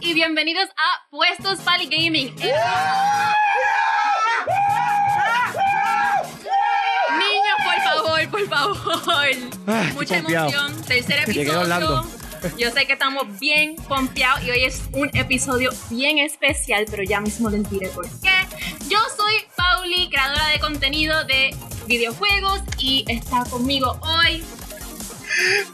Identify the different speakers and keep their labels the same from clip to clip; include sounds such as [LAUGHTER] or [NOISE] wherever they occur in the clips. Speaker 1: y bienvenidos a Puestos Pali Gaming. El- Niños, por favor, por favor.
Speaker 2: Ah, estoy
Speaker 1: Mucha
Speaker 2: pompeado.
Speaker 1: emoción. Tercer
Speaker 2: Llegué
Speaker 1: episodio.
Speaker 2: hablando.
Speaker 1: Yo sé que estamos bien pompeados y hoy es un episodio bien especial, pero ya mismo les diré por qué. Yo soy Pauli, creadora de contenido de videojuegos y está conmigo hoy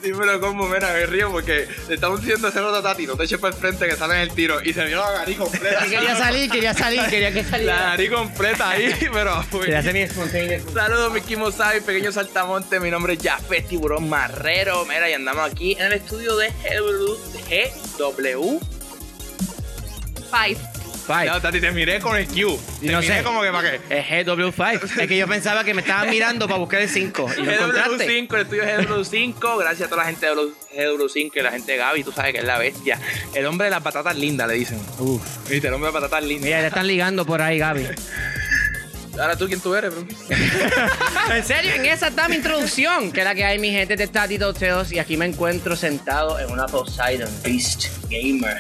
Speaker 3: Sí, pero como, mira, me río porque le estamos diciendo hacer rato a Tati, no te eches para el frente que sale en el tiro y se vio la nariz completa.
Speaker 2: [LAUGHS] Quería salir, quería salir, quería que
Speaker 3: la
Speaker 2: saliera.
Speaker 3: nariz completa ahí, [LAUGHS] pero. uy.
Speaker 2: Quería hacer mi espontáneo.
Speaker 3: Saludos, mi Kimosai, pequeño saltamonte. Mi nombre es Jaffe Tiburón Marrero. Mira, y andamos aquí en el estudio de GW.
Speaker 1: Five.
Speaker 3: No,
Speaker 2: Five.
Speaker 3: Tati, te miré con el Q.
Speaker 2: Y
Speaker 3: Te
Speaker 2: no
Speaker 3: miré
Speaker 2: sé.
Speaker 3: como que para qué.
Speaker 2: Es GW5. Es que yo pensaba que me estaban mirando para buscar el 5. Y no encontraste.
Speaker 3: GW5, el estudio es GW5. Gracias a toda la gente de GW5 y la gente de Gaby, tú sabes que es la bestia. El hombre de las patatas lindas, le dicen.
Speaker 2: Uf.
Speaker 3: Viste, el hombre de las patatas lindas.
Speaker 2: Mira, ya están ligando por ahí, Gaby.
Speaker 3: Ahora tú, ¿quién tú eres, bro?
Speaker 2: [LAUGHS] En serio, en esa está mi introducción. Que es la que hay, mi gente de Tatito Teos. Y aquí me encuentro sentado en una Poseidon Beast Gamer.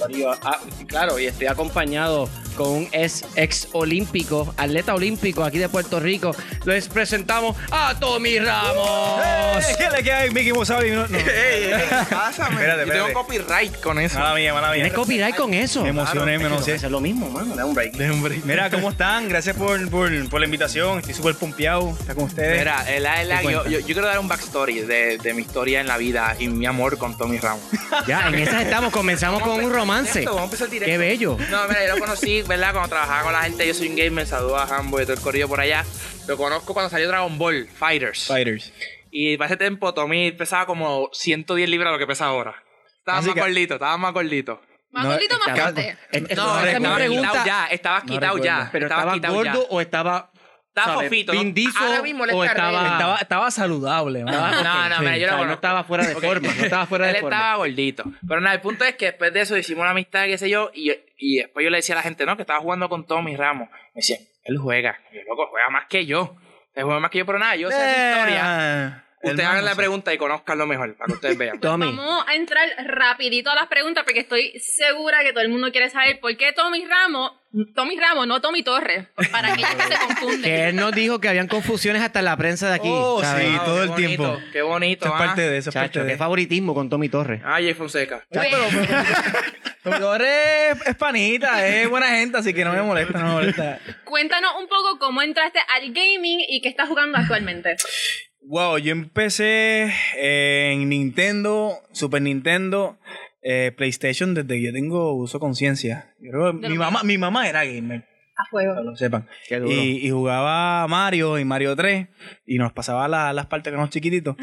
Speaker 2: What are you- ah, claro, y estoy acompañado con un ex, ex olímpico, atleta olímpico aquí de Puerto Rico. Les presentamos a Tommy Ramos.
Speaker 4: Es que le queda a Mickey Mosabi. No, no.
Speaker 3: ¡Ey, ey! Pásame.
Speaker 4: Espérate,
Speaker 3: Yo tengo
Speaker 4: espérate.
Speaker 3: copyright con eso.
Speaker 4: [LAUGHS] Mala mía, mala mía.
Speaker 2: Tienes copyright con eso.
Speaker 4: Me emocioné, me no sé.
Speaker 2: Eso es lo mismo, mano. Da un break.
Speaker 3: De hombre.
Speaker 4: Mira, ¿cómo están? Gracias por, por, por la invitación. Estoy súper pompeado. Está con ustedes.
Speaker 3: Mira, el, el- yo,
Speaker 4: ¿Qué cuentas?
Speaker 3: yo- yo quiero dar un backstory de, de mi historia en la vida y mi amor con Tommy
Speaker 2: [LAUGHS]
Speaker 3: Ramos.
Speaker 2: Ya, en esas estamos. Comenzamos con un romance.
Speaker 3: Directo, vamos a empezar directo.
Speaker 2: Qué bello.
Speaker 3: No, mira, yo lo conocí, ¿verdad? Cuando trabajaba con la gente, yo soy un gamer, saludos a Hambo y todo el corrido por allá. Lo conozco cuando salió Dragon Ball Fighters.
Speaker 4: Fighters.
Speaker 3: Y para ese tiempo Tommy pesaba como 110 libras lo que pesa ahora. Estaba
Speaker 4: Así
Speaker 3: más
Speaker 4: que-
Speaker 3: gordito, estaba más gordito.
Speaker 1: Más
Speaker 4: No,
Speaker 1: gordito, más
Speaker 2: Estaba-
Speaker 1: fuerte.
Speaker 2: Eh, eh,
Speaker 3: No,
Speaker 2: esa es mi
Speaker 3: estabas
Speaker 2: pregunta.
Speaker 3: quitado ya, estabas
Speaker 2: No
Speaker 3: quitado
Speaker 2: recuerdo.
Speaker 3: ya.
Speaker 2: Pero
Speaker 3: estabas
Speaker 2: estaba
Speaker 3: quitado ya.
Speaker 2: gordo o estaba.
Speaker 3: Estaba
Speaker 2: ¿sabes?
Speaker 3: fofito, ¿no?
Speaker 2: Vin Diesel
Speaker 3: Ahora mismo él
Speaker 2: o
Speaker 3: está
Speaker 2: estaba.
Speaker 3: rebelde.
Speaker 2: estaba-
Speaker 4: saludable,
Speaker 2: estaba-
Speaker 3: No,
Speaker 2: ok,
Speaker 3: Ah, no,
Speaker 2: sí,
Speaker 3: mira, yo lo
Speaker 2: o sea,
Speaker 3: conozco.
Speaker 2: no estaba fuera de
Speaker 3: Ok.
Speaker 2: forma. No estaba fuera
Speaker 3: Él
Speaker 2: de forma.
Speaker 3: estaba gordito. Pero nada, el punto es que después de eso hicimos una amistad, qué sé yo, y, y después yo le decía a la gente, no, que estaba jugando con Tommy Ramos. Me decían, él juega. Y yo, loco, juega más que yo. Él juega más que yo, pero nada, yo sé
Speaker 4: Eh,
Speaker 2: Eh,
Speaker 3: esa historia. Ustedes hagan la pregunta y conozcanlo mejor, para que ustedes
Speaker 2: [LAUGHS]
Speaker 3: vean.
Speaker 2: Tommy.
Speaker 1: Vamos a entrar rapidito a las preguntas porque estoy segura que todo el mundo quiere saber por qué Tommy Ramos, Tommy Ramos, no Tommy Torres, para aquellos que
Speaker 2: [LAUGHS]
Speaker 1: se
Speaker 2: Que
Speaker 1: confunden.
Speaker 2: él nos dijo que habían confusiones hasta en la prensa de aquí.
Speaker 4: Oh,
Speaker 2: ¿sabes?
Speaker 4: sí,
Speaker 3: Ah,
Speaker 4: todo
Speaker 3: qué
Speaker 4: el
Speaker 3: bonito,
Speaker 4: tiempo.
Speaker 3: Qué bonito.
Speaker 4: Eso es
Speaker 3: ah.
Speaker 4: parte de eso, es parte
Speaker 2: Chacho, qué
Speaker 4: de
Speaker 2: favoritismo con Tommy Torres.
Speaker 3: Ah, Jay Fonseca.
Speaker 1: Oye,
Speaker 4: Torres es panita, es buena gente, así que no me molesta, no me molesta.
Speaker 1: Cuéntanos un poco cómo entraste al gaming y qué estás jugando actualmente.
Speaker 4: Wow, yo empecé eh, en Nintendo, Super Nintendo, eh, PlayStation desde que yo tengo uso conciencia. Yo creo que
Speaker 1: De
Speaker 4: Mi
Speaker 1: lo-
Speaker 4: mamá, mi mamá era gamer,
Speaker 1: A juego.
Speaker 4: para que lo sepan.
Speaker 2: Qué duro.
Speaker 4: Y, y jugaba Mario y Mario 3 y nos pasaba la- las partes que éramos chiquititos.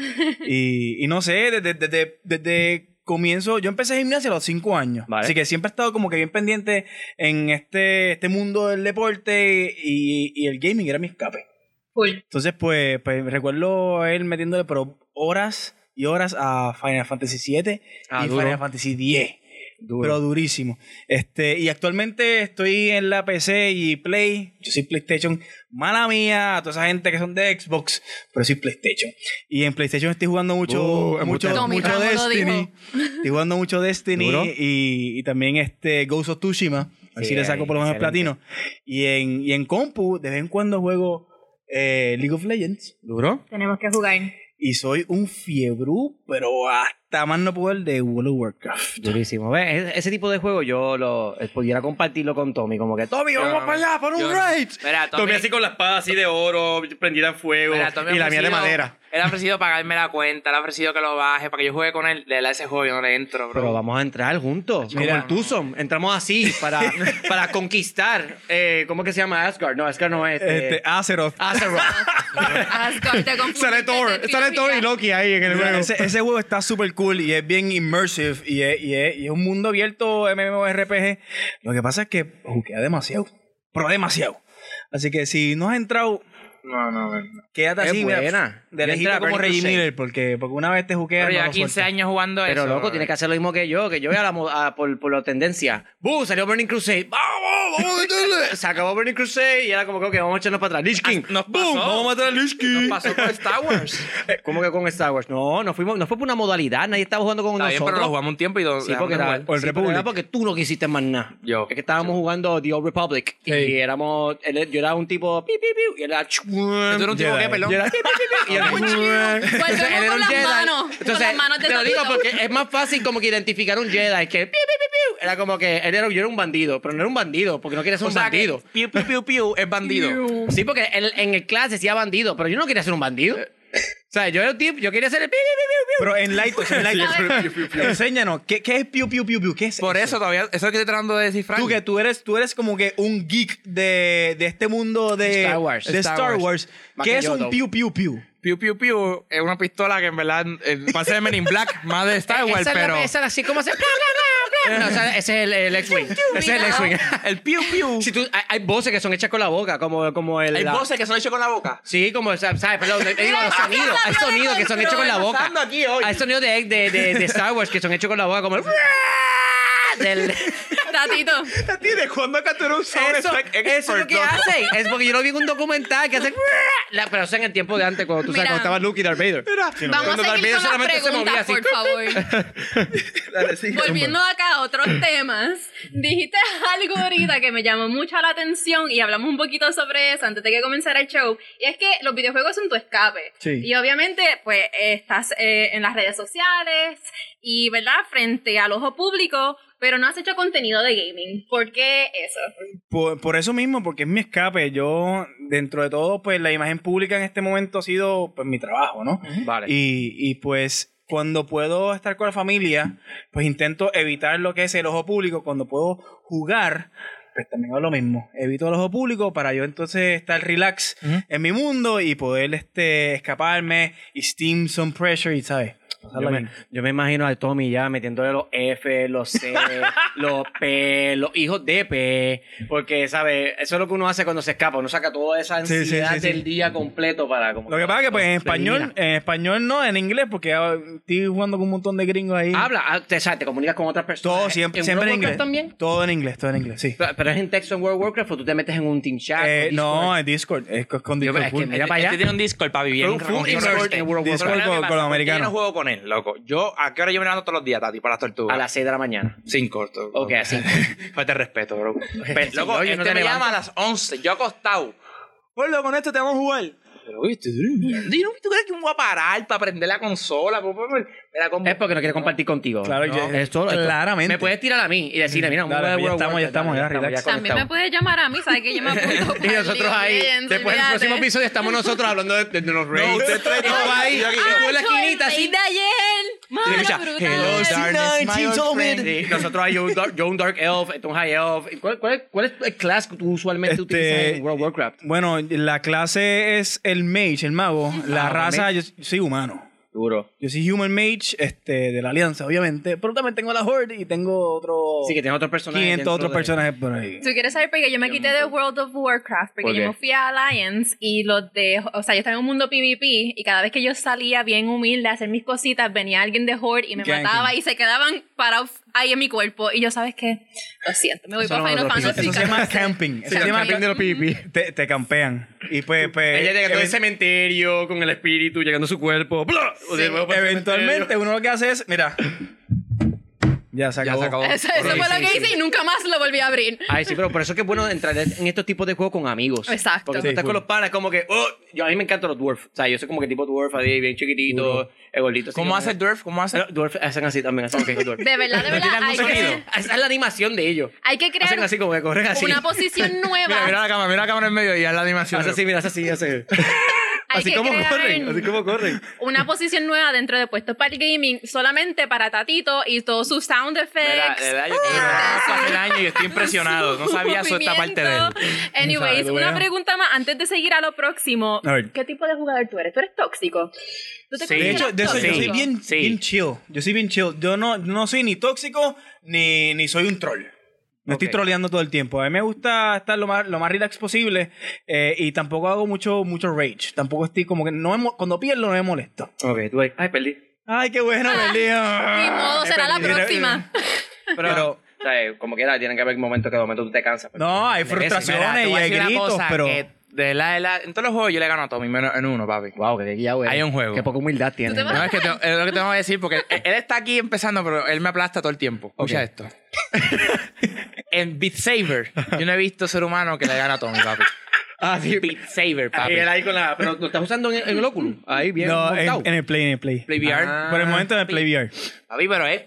Speaker 4: y, y no sé, desde, desde, desde comienzo, yo empecé gimnasia a los 5 años.
Speaker 2: Vale.
Speaker 4: Así que siempre he estado como que bien pendiente en este, este mundo del deporte y- y el gaming era mi escape.
Speaker 1: Cool.
Speaker 4: Entonces, pues, pues recuerdo él metiéndole pero horas y horas a Final Fantasy VII
Speaker 2: Ah,
Speaker 4: y
Speaker 2: duro.
Speaker 4: Final Fantasy X.
Speaker 2: Duro.
Speaker 4: Pero durísimo. Este, y actualmente estoy en la PC y Play. Yo soy PlayStation. Mala mía, a toda esa gente que son de Xbox, pero soy PlayStation. Y en PlayStation estoy jugando mucho,
Speaker 2: Uh,
Speaker 4: mucho,
Speaker 2: embustero.
Speaker 1: Tommy
Speaker 4: mucho
Speaker 1: Ramos lo
Speaker 4: Destiny.
Speaker 1: dijo.
Speaker 4: Estoy jugando mucho Destiny
Speaker 2: Duro.
Speaker 4: y, y también este Ghost of Tsushima. A ver
Speaker 2: Sí,
Speaker 4: si le saco por lo menos el
Speaker 2: excelente.
Speaker 4: platino. Y en, y en compu, de vez en cuando juego eh, League of Legends.
Speaker 2: ¿Duro?
Speaker 1: Tenemos que jugar.
Speaker 4: Y soy un fiebrú, pero hasta más no poder de World of Warcraft.
Speaker 2: Durísimo. ¿Ves? E- Ese tipo de juego yo lo eh, pudiera compartirlo con Tommy. Como que, Tommy,
Speaker 3: Yo
Speaker 2: vamos
Speaker 3: no,
Speaker 2: para allá, para
Speaker 3: yo
Speaker 2: un
Speaker 3: no.
Speaker 2: raid.
Speaker 3: Mira, Tommy,
Speaker 2: Tommy así con la espada así de oro, prendida en fuego.
Speaker 3: mira, Tommy
Speaker 2: y la mía de
Speaker 3: ofrecido-
Speaker 2: madera.
Speaker 3: Él ha ofrecido pagarme la cuenta, él ha ofrecido que lo baje para que yo juegue con él. De la ese juego yo no le entro, bro.
Speaker 2: Pero vamos a entrar juntos, como
Speaker 4: Mira.
Speaker 2: el Tucson. Entramos así para, [LAUGHS] para conquistar. Eh, ¿Cómo que se llama Asgard? No, Asgard no es.
Speaker 4: Este,
Speaker 3: Eh,
Speaker 2: Este,
Speaker 4: Azeroth.
Speaker 2: [LAUGHS] Azeroth. [LAUGHS]
Speaker 1: Asgard, Ah, te confundiste,
Speaker 2: sale Thor,
Speaker 1: te
Speaker 2: sale Thor y
Speaker 1: triunfas.
Speaker 2: Loki ahí en el
Speaker 4: Mira,
Speaker 2: juego.
Speaker 4: ese, ese juego está súper cool y es bien immersive y es, y es- y es un mundo abierto MMORPG. Lo que pasa es que juguea demasiado, pero demasiado. Así que si no has entrado,
Speaker 3: No, no, no. no.
Speaker 4: Quédate
Speaker 2: Es
Speaker 4: así, mira,
Speaker 2: buena. Yo
Speaker 4: De
Speaker 2: entré
Speaker 4: lejito
Speaker 2: a
Speaker 4: como
Speaker 2: Burning
Speaker 4: Reggie
Speaker 2: Crusade.
Speaker 4: Miller, porque, porque una vez te juqueas.
Speaker 3: Pero
Speaker 4: no
Speaker 3: lleva
Speaker 4: lo
Speaker 3: 15
Speaker 4: sueltas.
Speaker 3: años jugando a eso.
Speaker 2: Pero loco, tiene que hacer lo mismo que yo, que yo voy a la mo- a- por, por la tendencia. ¡Buh! Salió Burning Crusade. ¡Ah, ¡Vamos! ¡Vamos
Speaker 3: [LAUGHS]
Speaker 2: a meterle! Se acabó Burning Crusade y era como que, ok, vamos a echarnos para atrás. Lich King.
Speaker 3: Nos
Speaker 2: ¡Bum!
Speaker 3: pasó.
Speaker 2: ¡Vamos a matar a Lich King!
Speaker 3: Nos pasó con Star
Speaker 2: [LAUGHS]
Speaker 3: Wars.
Speaker 2: ¿Cómo que con Star Wars? No, no, fuimos, no fue por una modalidad. Nadie estaba jugando con
Speaker 3: Está bien,
Speaker 2: nosotros.
Speaker 3: pero lo jugamos un tiempo y lo
Speaker 2: Sí,
Speaker 3: dejamos de
Speaker 2: porque era,
Speaker 3: jugar.
Speaker 4: O el
Speaker 2: sí, pero era
Speaker 4: Republic.
Speaker 2: porque tú no quisiste más nada.
Speaker 3: Yo.
Speaker 2: Es que estábamos jugando The Old Republic y éramos. él- yo era un tipo. pi, pi, pi, y él era.
Speaker 3: Yo era un tipo
Speaker 4: Jedi.
Speaker 3: que pelón.
Speaker 2: Yo era pi, pi, pi,
Speaker 1: [LAUGHS]
Speaker 2: pi, y él- Entonces, él era
Speaker 1: Pues con
Speaker 2: un
Speaker 1: las
Speaker 2: Jedi.
Speaker 1: manos. con las manos de
Speaker 2: te lo digo
Speaker 1: Tatito.
Speaker 2: porque es más fácil como que identificar un Jedi que piu, piu, piu, piu. era como que él era, yo era un bandido, pero no era un bandido porque no quería ser
Speaker 3: O
Speaker 2: un
Speaker 3: sea, que
Speaker 2: bandido.
Speaker 3: piu, piu, piu, piu, es bandido.
Speaker 2: Sí, porque él, en el clase decía bandido, pero yo no quería ser un bandido. O sea, yo era un tipo, yo quería ser el piu, piu, piu, piu.
Speaker 4: Pero en light,
Speaker 2: [LAUGHS]
Speaker 4: en light. Enséñanos, ¿qué, ¿qué es piu, piu, piu, piu? ¿Qué es
Speaker 3: Por eso todavía, eso es lo que estoy tratando de descifrar.
Speaker 4: Tú que tú eres, tú eres como que un geek de, de este mundo de
Speaker 2: Star Wars.
Speaker 4: De Star,
Speaker 2: Star
Speaker 4: Wars.
Speaker 2: Wars. Más
Speaker 4: ¿Qué
Speaker 2: que
Speaker 4: es
Speaker 2: yo,
Speaker 4: un
Speaker 2: though.
Speaker 4: piu, piu, piu?
Speaker 3: Piu Piu Piu es una pistola que en verdad eh, parece de Men in Black, [LAUGHS] más de Star Wars,
Speaker 2: Eh, Esa es la-
Speaker 3: pero.
Speaker 2: esa es así como se... [LAUGHS] O sea, ese es el, el X-Wing. Ese es el X-Wing.
Speaker 3: El Piu Piu.
Speaker 2: [LAUGHS] Si tú, hay, hay voces que son hechas con la boca, como, como el...
Speaker 3: Hay
Speaker 2: la-
Speaker 3: voces que son hechas con la boca.
Speaker 2: Sí, como, o sea, ¿sabes? Perdón, te digo, los
Speaker 1: Mira,
Speaker 2: sonidos. Hay sonidos que son hechos con la
Speaker 3: Pero
Speaker 2: boca.
Speaker 3: pasando aquí hoy.
Speaker 2: Hay sonidos de, de, de, de Star Wars que son hechos con la boca, como el. [LAUGHS] del-
Speaker 1: Tatito.
Speaker 3: ¿A ti de cuándo acá tú eres un sound
Speaker 2: Eso,
Speaker 3: effect
Speaker 2: eso es lo
Speaker 3: expert,
Speaker 2: que
Speaker 3: loco?
Speaker 2: hacen. Es porque yo lo vi en un documental [LAUGHS] que hacen. la- pero eso en el tiempo de antes, cuando tú
Speaker 1: Mira.
Speaker 2: sabes, cuando estaba Luke y Darth Vader.
Speaker 1: Vamos
Speaker 2: Cuando
Speaker 1: a
Speaker 2: Darth
Speaker 1: seguir con
Speaker 2: Vader
Speaker 1: las
Speaker 2: solamente se
Speaker 1: preguntas,
Speaker 2: movía así.
Speaker 1: por favor. Volviendo acá a otros temas, dijiste algo ahorita que me llamó mucho la atención y hablamos un poquito sobre eso antes de que comenzara el show. Y es que los videojuegos son tu escape.
Speaker 4: Sí.
Speaker 1: Y obviamente, pues, eh, estás eh, en las redes sociales y, ¿verdad?, frente al ojo público, pero no has hecho contenido de gaming. ¿Por qué eso?
Speaker 4: Por, por eso mismo, porque es mi escape. Yo, dentro de todo, pues la imagen pública en este momento ha sido pues, mi trabajo, ¿no?
Speaker 2: Vale.
Speaker 4: Y, y, pues cuando puedo estar con la familia, pues intento evitar lo que es el ojo público. Cuando puedo jugar, pues también hago lo mismo. Evito el ojo público para yo entonces estar relax en mi mundo y poder este, escaparme y steam some pressure y, ¿sabes?
Speaker 2: Yo
Speaker 4: Pasarla
Speaker 2: me,
Speaker 4: bien.
Speaker 2: yo me imagino a Tommy ya metiéndole los F, los
Speaker 4: [LAUGHS]
Speaker 2: C, los P, los hijos de P. Porque, ¿sabes? Eso es lo que uno hace cuando se escapa. Uno saca toda esa
Speaker 4: Sí, sí,
Speaker 2: ansiedad
Speaker 4: sí, sí.
Speaker 2: del día completo para. Como
Speaker 4: Lo que pasa es que pues en español,
Speaker 2: Termina.
Speaker 4: en español no, en inglés, porque ah, estoy jugando con un montón de gringos ahí.
Speaker 2: Habla, ah, te, o sea, te comunicas con otras personas.
Speaker 4: eh, Todo siempre,
Speaker 2: ¿En World
Speaker 4: siempre en
Speaker 2: of
Speaker 4: inglés.
Speaker 2: Warcraft también?
Speaker 4: Todo en inglés, todo en inglés, sí.
Speaker 2: Pero, pero es en texto en World of Warcraft o tú te metes en un team chat. un Discord?
Speaker 4: Eh,
Speaker 2: pues,
Speaker 4: no, en Discord, es con- con
Speaker 3: Yo,
Speaker 4: Discord.
Speaker 3: pero es que
Speaker 4: full.
Speaker 2: mira para allá.
Speaker 3: Este tiene un Discord para vivir.
Speaker 2: Full- full immersed en World of
Speaker 4: Discord
Speaker 3: Warcraft.
Speaker 4: con- con los
Speaker 3: Yo
Speaker 4: americanos.
Speaker 3: no juego con él, loco. Yo, ¿a qué hora yo me levanto todos los días, Tati, para las tortugas?
Speaker 2: A las 6 de la mañana.
Speaker 3: Cinco. tú-
Speaker 2: Ok,
Speaker 4: [LAUGHS]
Speaker 2: así.
Speaker 3: Pues te respeto, bro. Pe-
Speaker 2: Sí,
Speaker 3: loco,
Speaker 2: yo- yo no
Speaker 3: este
Speaker 2: te
Speaker 3: me
Speaker 2: levanto.
Speaker 3: llama a las 11. Yo acostado. Bueno, con esto te vamos a jugar. Pero, oye, tú, yo no- ¿tú crees que me voy a parar para prender la consola? Pues, pues, me- me la compro.
Speaker 2: Es porque no quiere compartir contigo.
Speaker 4: Claro,
Speaker 2: No,
Speaker 4: yo-
Speaker 2: es todo- es todo.
Speaker 4: claramente.
Speaker 2: Me puedes tirar a mí y decirle, mira,
Speaker 4: Dale,
Speaker 2: vamos a
Speaker 4: ya
Speaker 2: World of
Speaker 4: estamos, ya estamos,
Speaker 2: Warcraft,
Speaker 4: ya,
Speaker 2: dale,
Speaker 4: relax.
Speaker 2: estamos, ya
Speaker 1: También me
Speaker 2: conectamos.
Speaker 1: puedes llamar a mí, ¿sabes que yo me
Speaker 2: [LAUGHS]
Speaker 1: apunto para
Speaker 2: Y
Speaker 1: el
Speaker 2: nosotros
Speaker 1: League of
Speaker 2: ahí,
Speaker 1: Legends,
Speaker 2: después del próximo
Speaker 1: olvídate.
Speaker 2: episodio, estamos nosotros hablando de, de- de los reyes.
Speaker 3: usted trae todo ahí, yo aquí-
Speaker 2: Y tú en la
Speaker 1: Ah, yo,
Speaker 2: esquinita,
Speaker 1: el
Speaker 2: así.
Speaker 1: rey de ayer! Mano,
Speaker 2: escucha,
Speaker 1: brutal.
Speaker 2: "Hello,
Speaker 4: darkness, my old friend".
Speaker 2: Sí, nosotros hay un dark, yo un dark elf, tú un high elf. ¿Cuál, cuál, es- cuál es el class que Pues tú usualmente
Speaker 4: Este-
Speaker 2: utilizas en World of Warcraft?
Speaker 4: Bueno, la clase es el mage, el mago. La
Speaker 2: Ah,
Speaker 4: raza, yo, yo soy humano.
Speaker 2: Duro.
Speaker 4: Yo soy human mage, este, de la alianza, obviamente. Pero también tengo la horde y tengo otro...
Speaker 2: Sí, que tiene otro personaje.
Speaker 4: 500
Speaker 2: dentro
Speaker 4: otros
Speaker 2: de-
Speaker 4: personajes por ahí.
Speaker 1: Si quieres saber por qué yo me quité de World of Warcraft, porque
Speaker 2: ¿Por
Speaker 1: yo
Speaker 2: qué?
Speaker 1: me fui a Alliance y los de, o sea, yo estaba en un mundo PvP y cada vez que yo salía bien humilde a hacer mis cositas, venía alguien de Horde y me
Speaker 4: Ganking.
Speaker 1: mataba y se quedaban parados ahí en mi cuerpo y yo, ¿sabes qué? Lo siento, me voy
Speaker 2: Eso
Speaker 1: para
Speaker 2: no
Speaker 1: Final
Speaker 2: lo
Speaker 4: Eso,
Speaker 1: Fantasy.
Speaker 4: eso se llama
Speaker 1: 14.
Speaker 4: camping. Eso
Speaker 1: Sí,
Speaker 4: se llama
Speaker 1: camping de los
Speaker 4: PvP. Te, te campean. Y pues... pues
Speaker 2: Ella llega todo el
Speaker 4: event-
Speaker 2: cementerio con el espíritu llegando a su cuerpo. ¡Bla! O sea, luego por el
Speaker 4: Eventualmente
Speaker 2: cementerio.
Speaker 4: uno lo que hace es... Mira. Ya se acabó.
Speaker 1: Eso, eso
Speaker 2: Sí,
Speaker 1: fue lo
Speaker 2: sí,
Speaker 1: que
Speaker 2: sí.
Speaker 1: hice y nunca más lo volví a abrir.
Speaker 2: Ay, sí, pero por eso es que es bueno entrar en estos tipos de juegos con amigos.
Speaker 1: Exacto.
Speaker 2: Porque tú
Speaker 4: Sí,
Speaker 2: estás
Speaker 4: full.
Speaker 2: con los panas, como que. Oh, yo, a mí me encantan los dwarfs. O sea, yo soy como que tipo dwarf, ahí, bien chiquitito, el gordito. así
Speaker 3: ¿Cómo
Speaker 2: como-
Speaker 3: hace el Dwarf? ¿Cómo hace?
Speaker 2: Pero Dwarf hacen así también, hacen así los dwarfs.
Speaker 1: De verdad, de verdad,
Speaker 2: tiene
Speaker 1: hay
Speaker 2: algún
Speaker 1: que,
Speaker 2: sonido. Esa es la animación de ellos.
Speaker 1: hay que
Speaker 2: Hacen
Speaker 1: crear
Speaker 2: así como que corren así.
Speaker 1: una
Speaker 2: [LAUGHS]
Speaker 1: posición nueva.
Speaker 3: Mira, mira la cámara, mira la cámara en medio y haz la animación.
Speaker 2: Hace así, mira, hace así, hace.
Speaker 1: Hay
Speaker 2: así
Speaker 1: que
Speaker 2: como
Speaker 1: crear-
Speaker 2: corren, así como corren.
Speaker 1: una posición nueva dentro de Puestos para el Gaming solamente para Tatito y todos sus sound
Speaker 3: Mira,
Speaker 1: effects.
Speaker 3: de verdad, yo tengo hace años y estoy impresionado. No sabía eso esta parte de él.
Speaker 1: Movimiento. [LAUGHS] Anyways,
Speaker 4: Exacto,
Speaker 1: una
Speaker 4: bueno.
Speaker 1: pregunta más antes de seguir a lo próximo.
Speaker 4: A ver.
Speaker 1: ¿Qué tipo de jugador tú eres? ¿Tú eres tóxico? ¿Tú te
Speaker 3: Sí.
Speaker 4: De
Speaker 1: consideras
Speaker 4: hecho, de eso yo
Speaker 1: tóxico?
Speaker 4: soy bien,
Speaker 3: Sí.
Speaker 4: bien chill. Yo soy bien chill. Yo no, no soy ni tóxico ni, ni soy un troll. No estoy
Speaker 3: Ok.
Speaker 4: troleando todo el tiempo. A mí me gusta estar lo más, lo más relax posible eh, y tampoco hago mucho, mucho rage. Tampoco estoy como que no me mo- cuando pierdo no me molesto.
Speaker 2: Ok, tú ahí. Ay, perdí.
Speaker 4: Ay, qué bueno,
Speaker 1: Ah, Ni
Speaker 4: Belío.
Speaker 1: modo, será la
Speaker 4: Mira, mira.
Speaker 1: próxima.
Speaker 2: Pero,
Speaker 4: Pero-
Speaker 2: o sea, como quiera, tienen que haber momentos que de momento tú te cansas. pero-
Speaker 4: No, hay
Speaker 3: Mira,
Speaker 4: frustraciones
Speaker 3: te
Speaker 4: y
Speaker 3: voy a
Speaker 4: hay
Speaker 3: decir una
Speaker 4: gritos,
Speaker 3: cosa
Speaker 4: pero
Speaker 3: que de la, de la- en todos los juegos yo le gano a Tommy, menos en uno, papi.
Speaker 2: Wow, que guillado eres.
Speaker 3: Hay un juego.
Speaker 2: Qué poca humildad tiene.
Speaker 1: te vas-
Speaker 3: No, es que tengo- es lo que tengo que decir, porque e, él, él está aquí empezando, pero él me aplasta todo el tiempo. Escucha esto. en Beat Saber, yo no he visto ser humano que le gana a Tommy, papi.
Speaker 2: Ah, sí.
Speaker 3: Beat Saber, papi.
Speaker 2: Ahí, él ahí con la... Pero lo estás usando en, en el óculo. Ahí, bien
Speaker 4: no, en,
Speaker 2: montado.
Speaker 4: en el play, en el play.
Speaker 3: Play VR.
Speaker 2: Ah.
Speaker 4: Por el momento en el play VR.
Speaker 3: Papi, pero es.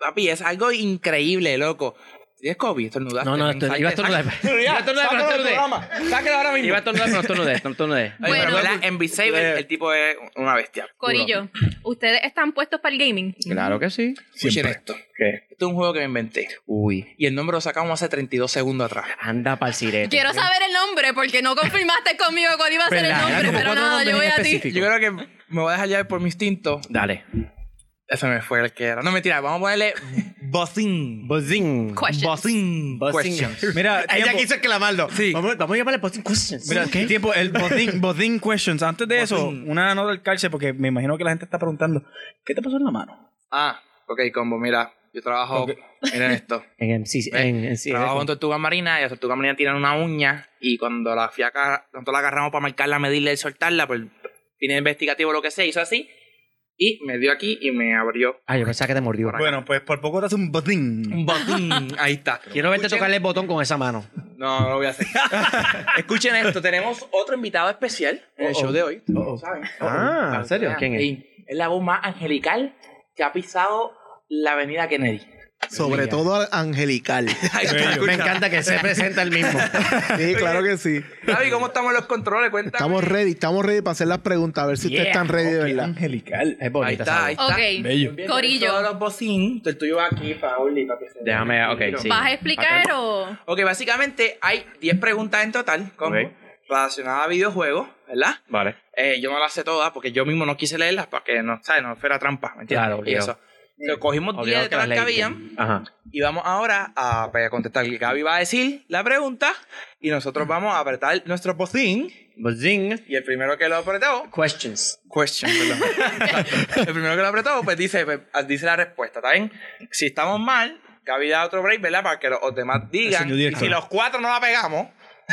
Speaker 3: papi, es algo increíble, loco. ¿Tienes COVID? ¿Estornudaste?
Speaker 2: No, no, estornudé. Iba a estornudar. Iba a estornudar, pero estornudé.
Speaker 3: Sáquelo ahora mismo.
Speaker 2: Iba a estornudar, pero no estornudé. No estornudé.
Speaker 3: Oye, pero
Speaker 1: Bueno.
Speaker 3: ¿verdad? en Beat
Speaker 2: Eh.
Speaker 3: Saber el tipo es una bestia.
Speaker 1: Corillo, ¿ustedes están puestos para el gaming?
Speaker 2: Claro que sí.
Speaker 3: Escuchen esto.
Speaker 2: ¿Qué?
Speaker 3: Esto es un juego que me inventé.
Speaker 2: Uy.
Speaker 3: Y el nombre lo sacamos hace 32 segundos atrás.
Speaker 2: Anda pa'l sirete.
Speaker 1: Quiero saber el nombre porque no confirmaste conmigo cuál iba a ser el
Speaker 2: Verdad,
Speaker 1: nombre,
Speaker 2: como
Speaker 1: pero
Speaker 2: cuatro
Speaker 1: nada,
Speaker 2: nombres
Speaker 1: yo voy
Speaker 2: en
Speaker 1: a ti.
Speaker 2: específico.
Speaker 3: Yo creo que me voy a dejar llevar por mi instinto.
Speaker 2: Dale.
Speaker 3: Ese me fue el que era. No, mentira, vamos a ponerle Buzzing.
Speaker 2: Buzzing.
Speaker 1: Questions.
Speaker 3: Buzzing.
Speaker 5: [LAUGHS]
Speaker 3: Questions.
Speaker 4: Mira,
Speaker 2: Ella
Speaker 4: tiempo.
Speaker 2: quiso exclamarlo.
Speaker 3: Sí.
Speaker 2: Vamos, vamos a llamarle Buzzing Questions.
Speaker 4: Mira, tiempo, el
Speaker 3: [LAUGHS]
Speaker 4: bodín, bodín questions. Antes de eso,
Speaker 3: Bodín.
Speaker 4: una nota del calce, porque me imagino que la gente está preguntando, ¿qué te pasó en la mano?
Speaker 3: Ah, ok, combo, mira. Yo trabajo.
Speaker 4: Ok.
Speaker 3: Miren [LAUGHS] esto.
Speaker 2: En MC. En MC.
Speaker 3: Trabajo con tortugas marinas y las tortugas marinas tienen una uña y cuando la fiaca, cuando la agarramos para marcarla, medirla y soltarla, pues tiene investigativo lo que sea, hizo así y me dio aquí y me abrió
Speaker 2: Ah, yo pensaba que te mordió.
Speaker 4: Bueno, pues por poco te hace un bodín.
Speaker 3: un botón. Ahí [LAUGHS] está.
Speaker 2: Quiero verte
Speaker 3: Escuchen-
Speaker 2: tocarle el botón con esa mano.
Speaker 3: No, no lo voy a hacer. [LAUGHS] Escuchen esto, tenemos otro invitado especial en el
Speaker 2: Uh-oh.
Speaker 3: show de hoy.
Speaker 2: Uh-oh.
Speaker 3: ¿Saben?
Speaker 2: Ah,
Speaker 3: Para
Speaker 2: ¿en serio?
Speaker 3: que
Speaker 2: ¿Quién es?
Speaker 3: vean. Sí, Es la voz más angelical que ha pisado la avenida Kennedy.
Speaker 5: Sobre todo al- [LAUGHS] angelical.
Speaker 2: Me encanta que se presenta el mismo.
Speaker 5: Sí, claro que sí.
Speaker 3: Javi, ¿cómo estamos en los controles? Cuéntame.
Speaker 5: Estamos ready, estamos ready para hacer las preguntas, a ver si
Speaker 2: Yeah,
Speaker 5: ustedes están ready de verdad.
Speaker 4: Angelical.
Speaker 2: Es
Speaker 3: Ahí
Speaker 2: bonita.
Speaker 3: está, ahí está.
Speaker 1: Ok,
Speaker 4: Bello.
Speaker 3: Bien,
Speaker 1: Corillo.
Speaker 3: Todos los bocín. El tuyo va aquí, Pauli, para que se
Speaker 2: Déjame, ok, sí.
Speaker 1: ¿vas a explicar o...?
Speaker 3: Ok, básicamente hay 10 preguntas en total como
Speaker 2: Ok.
Speaker 3: relacionadas a videojuegos, ¿verdad?
Speaker 2: Vale.
Speaker 3: Eh, yo no las sé todas porque yo mismo no quise leerlas para que no, ¿sabes? No fuera trampa, ¿me entiendes?
Speaker 2: Claro,
Speaker 3: y
Speaker 2: obligado.
Speaker 3: eso. Entonces, cogimos 10
Speaker 2: Obligado
Speaker 3: de
Speaker 2: que
Speaker 3: todas
Speaker 2: las
Speaker 3: las que
Speaker 2: leí.
Speaker 3: habían
Speaker 2: Ajá.
Speaker 3: y vamos ahora a, pues, a contestar. Gaby va a decir la pregunta y nosotros vamos a apretar nuestro bocín
Speaker 2: Buzzing.
Speaker 3: y el primero que lo apretó
Speaker 2: Pues, Questions.
Speaker 3: question, perdón.
Speaker 1: [LAUGHS]
Speaker 3: Exacto. El primero que lo apretó, pues dice, pues, dice la respuesta, ¿está bien? Si estamos mal, Gaby da otro break, ¿verdad? Para que los demás digan.
Speaker 4: Señor
Speaker 3: Y
Speaker 4: director.
Speaker 3: si los cuatro no la pegamos.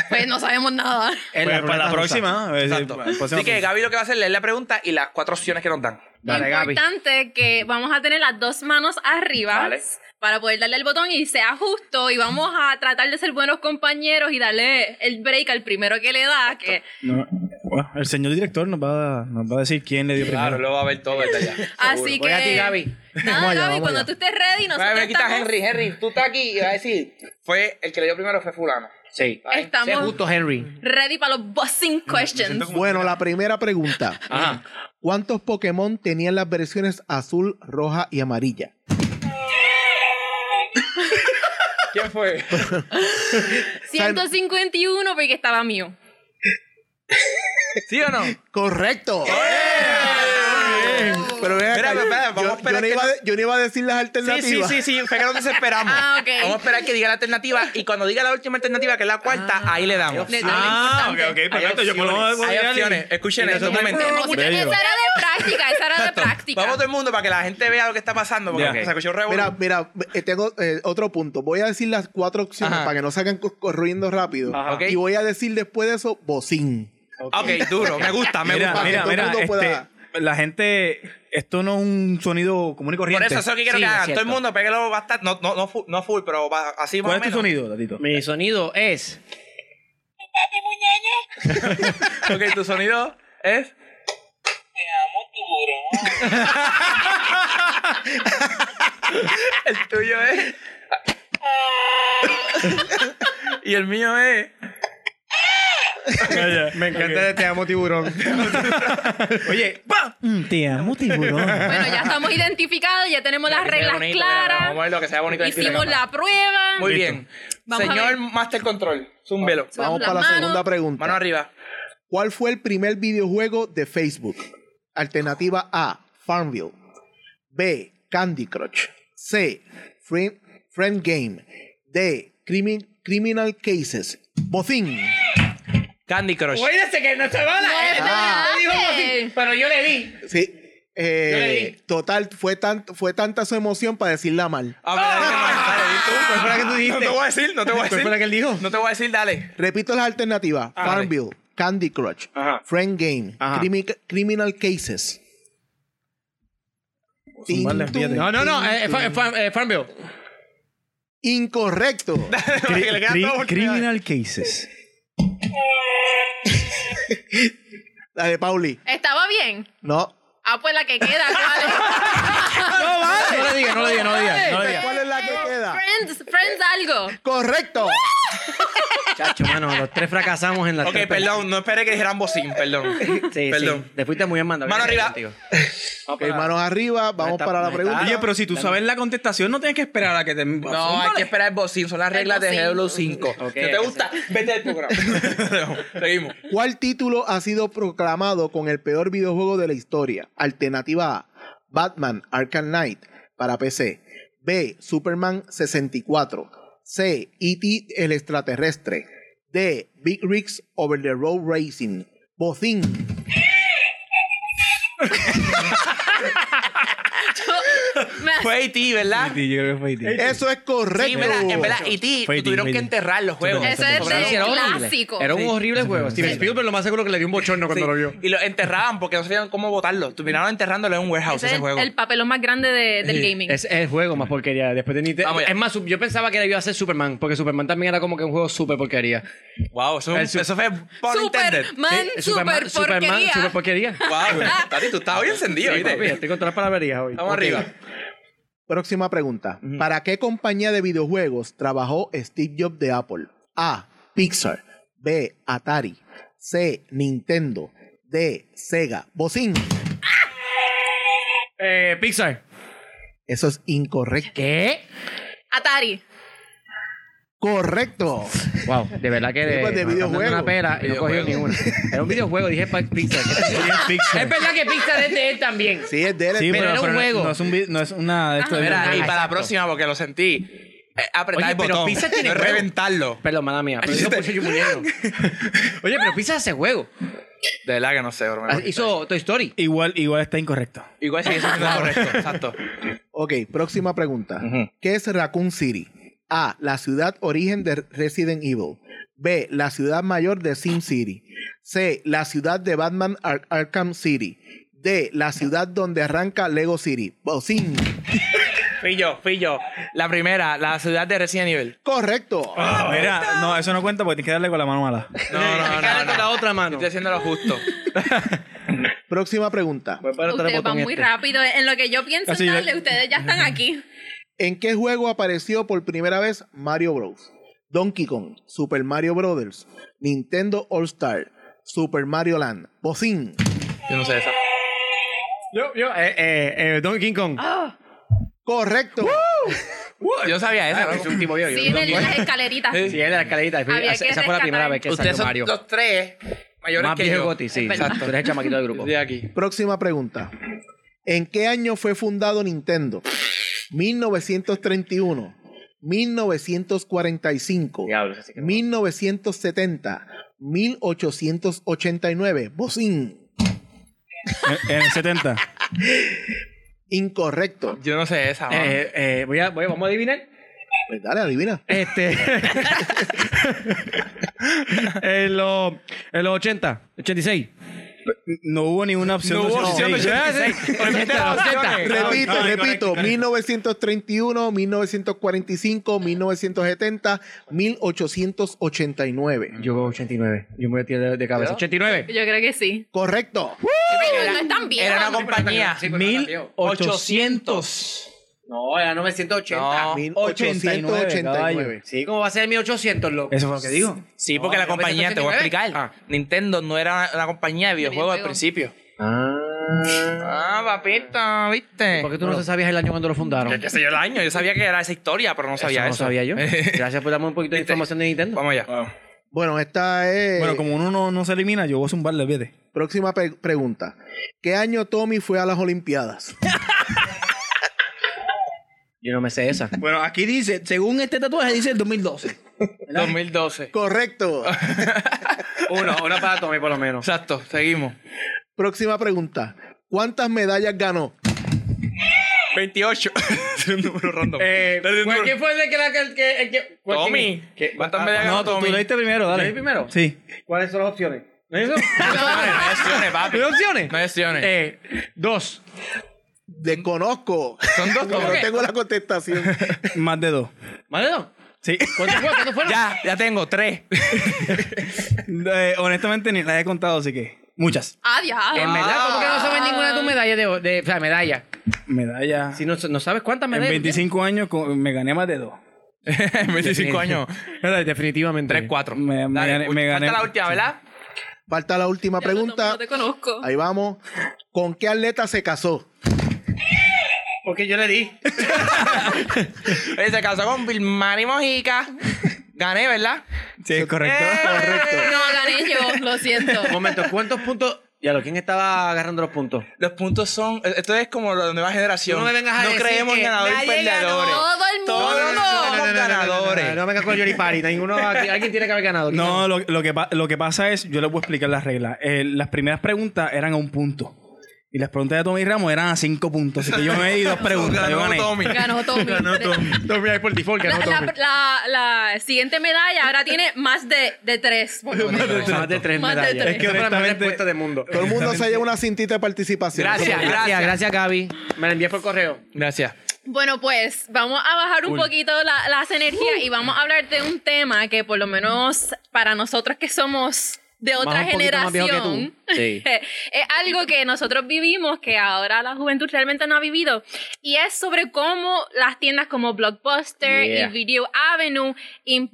Speaker 1: Pues no sabemos nada.
Speaker 2: En
Speaker 4: Pues, para la
Speaker 2: ruleta rusa.
Speaker 4: próxima. a ver si-
Speaker 3: Exacto.
Speaker 4: para la próxima
Speaker 3: Así que Gaby lo que va a hacer es leer la pregunta y las cuatro opciones que nos dan.
Speaker 2: Dale, Gaby.
Speaker 1: Importante que vamos a tener las dos manos arriba
Speaker 3: Vale.
Speaker 1: para poder darle el botón y sea justo y vamos a tratar de ser buenos compañeros y darle el break al primero que le da, que
Speaker 4: No, bueno, el señor director nos va, a, nos va a decir quién le dio
Speaker 3: Claro,
Speaker 4: primero.
Speaker 3: lo va a ver todo
Speaker 1: [LAUGHS]
Speaker 3: desde allá.
Speaker 1: Así que.
Speaker 2: Voy a ti, Gaby.
Speaker 1: Nada,
Speaker 5: Vamos allá,
Speaker 1: Gaby,
Speaker 5: vamos
Speaker 1: cuando
Speaker 5: allá.
Speaker 1: tú estés ready, Ah, nosotros
Speaker 3: me quitas
Speaker 1: estamos.
Speaker 3: Henry, Henry, tú estás aquí y vas a decir, fue el que le dio primero fue fulano.
Speaker 2: Sí.
Speaker 3: ¿Está bien?
Speaker 1: Estamos-
Speaker 2: Sé justo, Henry.
Speaker 1: Ready para los buzzing questions.
Speaker 5: Bueno, la primera pregunta.
Speaker 2: Ajá.
Speaker 5: ¿Cuántos Pokémon tenían las versiones azul, roja y amarilla?
Speaker 3: ¿Quién
Speaker 5: [LAUGHS]
Speaker 3: fue?
Speaker 1: 151 porque estaba mío.
Speaker 3: ¿Sí o no?
Speaker 5: correcto. Pero ven acá,
Speaker 3: Espérate,
Speaker 5: yo-
Speaker 3: espérate, vamos a
Speaker 5: yo, yo
Speaker 3: esperar
Speaker 5: no
Speaker 3: que no-
Speaker 5: iba, a de- yo no iba a decir las
Speaker 3: Sí,
Speaker 5: alternativas.
Speaker 3: sí, sí, sí, fue que nos desesperamos.
Speaker 1: Ah, ok.
Speaker 3: Vamos a esperar que diga la alternativa y cuando diga la última alternativa, que es la cuarta, ahí le damos.
Speaker 1: Le damos.
Speaker 4: Ah, ok,
Speaker 1: importante.
Speaker 4: ok, perfecto. Yo me lo voy a- voy a
Speaker 3: Hay
Speaker 4: dar y-
Speaker 3: opciones. Escuchen
Speaker 4: y
Speaker 3: eso un
Speaker 4: nosotros-
Speaker 3: momento.
Speaker 1: Esa era de práctica, esa era de práctica.
Speaker 3: Vamos todo el mundo para que la gente vea lo que está pasando. Porque
Speaker 4: Ya.
Speaker 3: se escuchó un revolú.
Speaker 5: Mira, mira, eh, tengo eh, otro punto. Voy a decir las cuatro opciones
Speaker 3: Ajá.
Speaker 5: para que no salgan cor- corriendo rápido.
Speaker 3: Ajá. Ok.
Speaker 5: Y voy a decir después de eso, bocín.
Speaker 3: Ok, duro. Me gusta, me
Speaker 4: Mira,
Speaker 3: gusta.
Speaker 4: mira,
Speaker 5: Para que todo el
Speaker 4: mira,
Speaker 5: mundo
Speaker 4: este,
Speaker 5: pueda-
Speaker 4: la gente, esto no es un sonido común y
Speaker 3: Por
Speaker 4: corriente.
Speaker 3: eso, eso es lo que quiero
Speaker 2: Sí,
Speaker 3: que
Speaker 2: es
Speaker 3: hagan. Todo
Speaker 2: cierto.
Speaker 3: el mundo, pégalo bastante. No, no, no, full, no full, pero va- así más
Speaker 4: ¿Cuál
Speaker 3: o
Speaker 4: es tu
Speaker 3: menos.
Speaker 4: sonido,
Speaker 3: [LAUGHS]
Speaker 4: Tatito?
Speaker 2: Mi sonido es.
Speaker 3: Ok, tu sonido es. Te amo, tiburón. el tuyo es. y el mío es.
Speaker 4: Me encanta
Speaker 2: Te amo, tiburón.
Speaker 4: Oye, [LAUGHS] te
Speaker 3: [LAUGHS]
Speaker 4: amo, tiburón.
Speaker 1: Bueno, ya estamos identificados, ya tenemos las
Speaker 3: Que sea
Speaker 1: reglas
Speaker 3: bonito, mira,
Speaker 1: claras.
Speaker 3: Vamos a ver lo que sea bonito. en el
Speaker 1: Hicimos
Speaker 3: programa.
Speaker 1: la prueba.
Speaker 3: Muy bien.
Speaker 1: Vamos a
Speaker 3: Señor
Speaker 1: ver.
Speaker 3: Master Control, zúmbelo.
Speaker 1: Subamos
Speaker 5: Vamos para
Speaker 1: las
Speaker 5: la segunda
Speaker 1: manos.
Speaker 5: pregunta.
Speaker 3: Mano arriba.
Speaker 5: ¿Cuál fue el primer videojuego de Facebook? Alternativa A, Farmville. B, Candy Crush. C, Friend, Friend Game. D. Crimi- criminal Cases. Bocín.
Speaker 3: Candy Crush.
Speaker 2: Cuídese que no se va
Speaker 1: No,
Speaker 2: la
Speaker 1: espérate.
Speaker 2: Dijo Bocín, Pero yo le di.
Speaker 5: Sí. Eh,
Speaker 2: Yo le di.
Speaker 5: total, fue, tan, fue tanta su emoción para decirla mal.
Speaker 3: Ah, me la diste mal,
Speaker 4: ¿Cuál fue la que
Speaker 3: dale, ¿y tú?
Speaker 4: tú
Speaker 3: No
Speaker 4: dijiste?
Speaker 3: te voy a decir, no te voy a
Speaker 5: ¿Cuál fue la
Speaker 3: decir.
Speaker 5: que él dijo?
Speaker 3: No te voy a decir, dale.
Speaker 5: Repito las alternativas.
Speaker 3: Ah, dale.
Speaker 5: Farmville, Candy Crush,
Speaker 3: Ajá.
Speaker 5: Friend Game,
Speaker 3: Ajá.
Speaker 5: Crimi- Criminal Cases.
Speaker 4: Zumbarle,
Speaker 5: Tin,
Speaker 4: fíjate.
Speaker 5: tum,
Speaker 2: No, no, no.
Speaker 5: tin,
Speaker 2: eh,
Speaker 5: tum.
Speaker 2: fa- fa- eh, Farmville. [LAUGHS]
Speaker 5: Incorrecto.
Speaker 3: Que le quedan dos oportunidades.
Speaker 4: criminal Cases.
Speaker 5: La de Pauli.
Speaker 1: ¿Estaba bien?
Speaker 5: No.
Speaker 1: Ah, pues la que queda, ¿cuál
Speaker 2: No, vale. No le digas, [LAUGHS] no le digas, no le digas. No le digas.
Speaker 5: ¿Cuál es la que
Speaker 1: es?
Speaker 5: queda?
Speaker 1: Friends, Friends
Speaker 2: [LAUGHS]
Speaker 1: algo.
Speaker 5: Correcto.
Speaker 2: Ah. Chacho, mano, los tres fracasamos en la
Speaker 3: Ok,
Speaker 2: tres
Speaker 3: perdón, no esperé que dijeran bocín, perdón.
Speaker 2: perdimos. Sí,
Speaker 3: Perdón.
Speaker 2: sí. Te fuiste muy en mando.
Speaker 3: Mano
Speaker 2: Bien,
Speaker 3: arriba.
Speaker 2: contigo.
Speaker 5: Ok, manos arriba. Vamos
Speaker 2: está-
Speaker 5: para la
Speaker 2: no
Speaker 5: pregunta.
Speaker 2: está.
Speaker 4: Oye, pero si tú sabes la contestación, no tienes que esperar a que te.
Speaker 3: No, hay que esperar el bocín, son las reglas de
Speaker 1: bocín.
Speaker 3: Halo 5.
Speaker 2: Ok,
Speaker 3: ¿No te gusta? [LAUGHS] Vete del programa. Seguimos.
Speaker 5: ¿Cuál título ha sido proclamado con el peor videojuego de la historia? Alternativa A, Batman Arkham Knight para PC. B, Superman 64. C, E.T. el extraterrestre. D, Big Rigs Over the Road Racing. Bocín.
Speaker 1: Me hace-
Speaker 3: Fue IT, ¿verdad?
Speaker 2: E
Speaker 4: Sí, yo creo que fue IT.
Speaker 5: Eso es correcto.
Speaker 3: Sí, ¿verdad? En verdad, IT
Speaker 4: Fue IT,
Speaker 3: tuvieron
Speaker 4: fue
Speaker 3: que
Speaker 2: E
Speaker 4: IT.
Speaker 3: enterrar los juegos.
Speaker 1: Eso es
Speaker 3: Sobraron-
Speaker 1: de-
Speaker 2: Sí, era horrible.
Speaker 1: clásico.
Speaker 2: Era un
Speaker 1: Sí.
Speaker 2: horrible juego. Steven Spielberg lo más seguro que le dio un bochorno cuando lo vio.
Speaker 3: Sí, Y lo enterraban porque no sabían cómo botarlo. Terminaron enterrándolo en un warehouse
Speaker 1: Ese
Speaker 3: ese
Speaker 1: es el,
Speaker 3: juego.
Speaker 1: el papelón más grande de- del gaming.
Speaker 2: Es, es el juego más porquería. Después de Nintendo.
Speaker 3: Vamos ya.
Speaker 2: Es más, su- yo pensaba que iba a ser Superman, porque Superman también era como que un juego súper porquería.
Speaker 3: Wow, eso,
Speaker 2: el su-
Speaker 3: eso fue pun intended.
Speaker 1: [LAUGHS] Superman,
Speaker 2: Sí,
Speaker 1: super, porquería.
Speaker 2: super porquería.
Speaker 3: Wow, Tati, tú estabas bien encendido,
Speaker 2: Sí,
Speaker 3: ¿viste?
Speaker 2: papi, estoy con todas las palabrerías hoy.
Speaker 3: Vamos
Speaker 2: Ok.
Speaker 3: arriba.
Speaker 5: Próxima pregunta. ¿Para qué compañía de videojuegos trabajó Steve Jobs de Apple? A. Pixar. B. Atari. C. Nintendo. D. Sega. Bocín.
Speaker 2: Eh, Pixar.
Speaker 5: Eso es incorrecto.
Speaker 2: ¿Qué?
Speaker 1: Atari.
Speaker 5: Correcto.
Speaker 2: Wow, de verdad que
Speaker 5: Sí, pues, de
Speaker 2: me están dando
Speaker 5: videojuego.
Speaker 2: una pera y no cogió ni una. Era un videojuego, dije pa- Pixar.
Speaker 4: Pixar.
Speaker 2: es verdad que Pixar es de él también.
Speaker 5: Sí, es de
Speaker 4: Sí,
Speaker 2: Pero era un
Speaker 4: no-
Speaker 2: juego.
Speaker 4: No es, un vi- no es una de
Speaker 1: Ah,
Speaker 4: estos.
Speaker 3: Mira,
Speaker 2: Ajá,
Speaker 3: y para la
Speaker 2: exacto.
Speaker 3: próxima, porque lo sentí. eh, apretar
Speaker 2: Oye,
Speaker 3: el
Speaker 2: pero
Speaker 3: botón. [LAUGHS]
Speaker 2: Pizza tiene
Speaker 3: no
Speaker 2: juego.
Speaker 3: reventarlo.
Speaker 2: Perdón, mala mía, pero
Speaker 3: Ay,
Speaker 2: yo no
Speaker 3: te-
Speaker 2: puse yo muriendo. Oye, pero Pixar hace juego.
Speaker 3: De verdad que no sé, bro. me imagino.
Speaker 2: Ah, Hizo Toy Story.
Speaker 4: Igual, igual está incorrecto.
Speaker 3: Igual sí, eso es
Speaker 2: [LAUGHS]
Speaker 3: correcto. Exacto.
Speaker 5: Ok, próxima pregunta. ¿Qué es Raccoon City? A. La ciudad origen de Resident Evil. B. La ciudad mayor de Sim City. C. La ciudad de Batman Ar- Arkham City. D. La ciudad donde arranca Lego City. Bocín.
Speaker 3: Fui yo, fui yo. La primera, la ciudad de Resident Evil.
Speaker 5: Correcto.
Speaker 2: Ah.
Speaker 4: Mira, no, eso no cuenta porque tienes que darle con la mano mala.
Speaker 3: No, [LAUGHS]
Speaker 2: Dale con la otra mano.
Speaker 3: Estoy haciendo lo justo.
Speaker 5: Próxima pregunta.
Speaker 1: Ustedes van muy rápido. En lo que yo pienso
Speaker 4: Casi
Speaker 1: darle, ustedes ya están
Speaker 2: [LAUGHS]
Speaker 1: aquí.
Speaker 5: ¿En qué juego apareció por primera vez Mario Bros? Donkey Kong, Super Mario Brothers, Nintendo All Star, Super Mario Land, Bocín.
Speaker 3: Yo no sé esa.
Speaker 2: Yo, yo, eh, eh, eh, Donkey Kong.
Speaker 5: Correcto.
Speaker 3: Yo sabía esa. ¿no?
Speaker 1: Sí, en el- las escaleritas.
Speaker 2: Sí, es de la escalerita.
Speaker 1: Había
Speaker 2: Esa
Speaker 1: que
Speaker 2: esa fue la primera
Speaker 1: rescatar.
Speaker 2: vez que
Speaker 3: Ah. Ustedes
Speaker 2: salió
Speaker 3: son
Speaker 2: Mario.
Speaker 3: los tres mayores
Speaker 2: Más
Speaker 3: que
Speaker 2: viejo
Speaker 3: yo.
Speaker 2: Goti, sí.
Speaker 1: verdad.
Speaker 2: Exacto. Tú eres el chamaquito del grupo.
Speaker 3: Estoy aquí.
Speaker 5: Próxima pregunta. ¿En qué año fue fundado Nintendo? 1931, 1945,
Speaker 2: Diablos, así que no.
Speaker 5: 1970, 1889, Bocín.
Speaker 4: En, en el 70.
Speaker 5: Incorrecto.
Speaker 3: Yo no sé esa. mano.
Speaker 2: Eh, eh, voy a, voy a- vamos a adivinar.
Speaker 5: Pues dale, adivina.
Speaker 2: Este. [LAUGHS] en, los, en los 80, 86.
Speaker 4: No hubo ninguna opción.
Speaker 3: No
Speaker 4: de
Speaker 3: hubo opción de
Speaker 4: 86.
Speaker 3: 86. Repite las opciones.
Speaker 5: Repito,
Speaker 4: no,
Speaker 5: repito, 1931, 1945, 1970, 1889.
Speaker 2: Yo voy 89. Yo me voy a tirar de, de cabeza.
Speaker 3: ¿Yo?
Speaker 2: 89.
Speaker 1: Yo creo que sí.
Speaker 5: Correcto.
Speaker 1: Pero no están bien.
Speaker 3: Era una compañía.
Speaker 2: Sí, pero no cambió.
Speaker 3: 1800.
Speaker 2: No, era 980.
Speaker 3: No.
Speaker 5: 1889.
Speaker 2: Sí, ¿cómo va a ser 1800, loco?
Speaker 4: Eso fue lo que digo.
Speaker 3: Sí,
Speaker 2: No,
Speaker 3: porque la
Speaker 2: yo pensé
Speaker 3: compañía, te voy a
Speaker 2: 89.
Speaker 3: explicar. Nintendo no era una, una compañía de videojuegos al
Speaker 1: videojuegos.
Speaker 3: principio. Ah, papita, ¿viste?
Speaker 2: ¿Por qué tú no sabías el año cuando lo fundaron?
Speaker 3: Yo qué sé yo el año. Yo sabía que era esa historia, pero no sabía Ah,
Speaker 2: Eso
Speaker 3: eso.
Speaker 2: no sabía [LAUGHS] yo. Gracias por darme un poquito de
Speaker 3: ¿Viste?
Speaker 2: información de Nintendo.
Speaker 3: Vamos allá.
Speaker 5: Bueno, esta es.
Speaker 4: Bueno, como uno no, no se elimina, yo voy a zumbarle, vete.
Speaker 5: Próxima pe-
Speaker 4: [LAUGHS]
Speaker 5: pregunta. ¿Qué año Tommy fue a las Olimpiadas?
Speaker 2: Yo no me sé esa.
Speaker 4: Bueno, aquí dice, según este tatuaje, dice el 2012.
Speaker 3: 2012.
Speaker 5: Correcto.
Speaker 2: Uno, una para Tommy por lo menos.
Speaker 3: Exacto, seguimos.
Speaker 5: Próxima pregunta. ¿Cuántas medallas ganó?
Speaker 3: 28. es un número random.
Speaker 2: Eh,
Speaker 3: Dale,
Speaker 2: pues,
Speaker 3: número-
Speaker 2: ¿Quién fue el que... La, el que, el que cuál-
Speaker 3: Tommy.
Speaker 2: ¿Qué?
Speaker 3: ¿Cuántas
Speaker 2: Ah,
Speaker 3: medallas ganó
Speaker 4: tú, tú
Speaker 3: Tommy?
Speaker 4: leíste primero, dale.
Speaker 2: ¿Leí primero?
Speaker 4: Sí.
Speaker 2: ¿Cuáles son las opciones? ¿No [LAUGHS] hay eso?
Speaker 3: No hay opciones, papi.
Speaker 4: ¿Hay opciones?
Speaker 3: No hay opciones.
Speaker 4: Eh, dos.
Speaker 5: Desconozco.
Speaker 3: Son dos
Speaker 5: [LAUGHS] No
Speaker 3: Tommy.
Speaker 5: tengo la contestación.
Speaker 4: [LAUGHS] Más de dos.
Speaker 2: ¿Vale, no?
Speaker 4: Sí. [LAUGHS]
Speaker 2: ¿Cuántos fueron? ¿Cuántos fueron?
Speaker 3: Ya, ya tengo tres.
Speaker 4: Eh, honestamente, ni las he contado, así que. Muchas.
Speaker 1: Ah, ya.
Speaker 2: En verdad, ¿cómo que no sabes ninguna de tus medallas? De, de- o sea, medalla.
Speaker 4: Medalla.
Speaker 2: Si no, no sabes cuántas
Speaker 4: en
Speaker 2: medallas.
Speaker 4: 25 años co- me gané más de dos.
Speaker 3: En 25 años.
Speaker 2: Verdad, Definitivamente.
Speaker 3: 3, 4.
Speaker 4: Me- me gané- me gané-
Speaker 3: Falta la última, ¿verdad?
Speaker 5: Falta la última
Speaker 1: No,
Speaker 5: pregunta.
Speaker 1: te conozco.
Speaker 5: Ahí vamos. ¿Con qué atleta se casó?
Speaker 2: Porque yo le di.
Speaker 3: Oye, se casó con Vilmani Mojica. Gané, ¿verdad?
Speaker 4: Sí, es correcto.
Speaker 2: Eh.
Speaker 5: Correcto.
Speaker 1: No, gané yo, lo siento.
Speaker 2: Un momento, ¿cuántos puntos? Ya lo, ¿quién estaba agarrando los puntos?
Speaker 3: Los puntos son. Esto es como la nueva generación.
Speaker 2: Tú no me vengas a decir
Speaker 3: creemos
Speaker 2: que
Speaker 3: en ganadores y
Speaker 2: nadie ganó.
Speaker 3: perdedores.
Speaker 1: Todo el
Speaker 3: Todo el
Speaker 1: mundo.
Speaker 3: mundo. Somos ganadores.
Speaker 2: No, no, no, no, no, no, no vengas con Yori Party. Ninguno aquí- alguien tiene que haber ganado.
Speaker 4: No, lo, lo que pa- lo que pasa es, yo les voy a explicar las reglas. Eh, las primeras preguntas eran a un punto. Y las preguntas de Tommy Ramos eran a cinco puntos. Así que yo me di
Speaker 2: [LAUGHS]
Speaker 4: dos preguntas. yo
Speaker 3: Ganó
Speaker 4: gané.
Speaker 1: [LAUGHS]
Speaker 3: Tommy.
Speaker 1: Ganó Tommy.
Speaker 2: Tommy ahí por default
Speaker 1: La, la- la- la siguiente medalla ahora tiene más de, de tres. por lo menos.
Speaker 2: Más de tres
Speaker 1: Más de
Speaker 2: medallas.
Speaker 1: tres.
Speaker 2: Es que fue la mejor
Speaker 4: Honestamente-
Speaker 2: respuesta del mundo.
Speaker 5: Todo el mundo se lleva una cintita de participación.
Speaker 3: Gracias.
Speaker 2: gracias, gracias, Gaby. Me la envié por correo.
Speaker 3: Gracias.
Speaker 1: Bueno, pues vamos a bajar un poquito la- las energías y vamos a hablar de un tema que por lo menos para nosotros que somos de otra
Speaker 2: Más un poquito más viejo que tú.
Speaker 1: generación
Speaker 2: Sí.
Speaker 1: [LAUGHS] es algo que nosotros vivimos que ahora la juventud realmente no ha vivido y es sobre cómo las tiendas como Blockbuster
Speaker 2: Yeah.
Speaker 1: y Video Avenue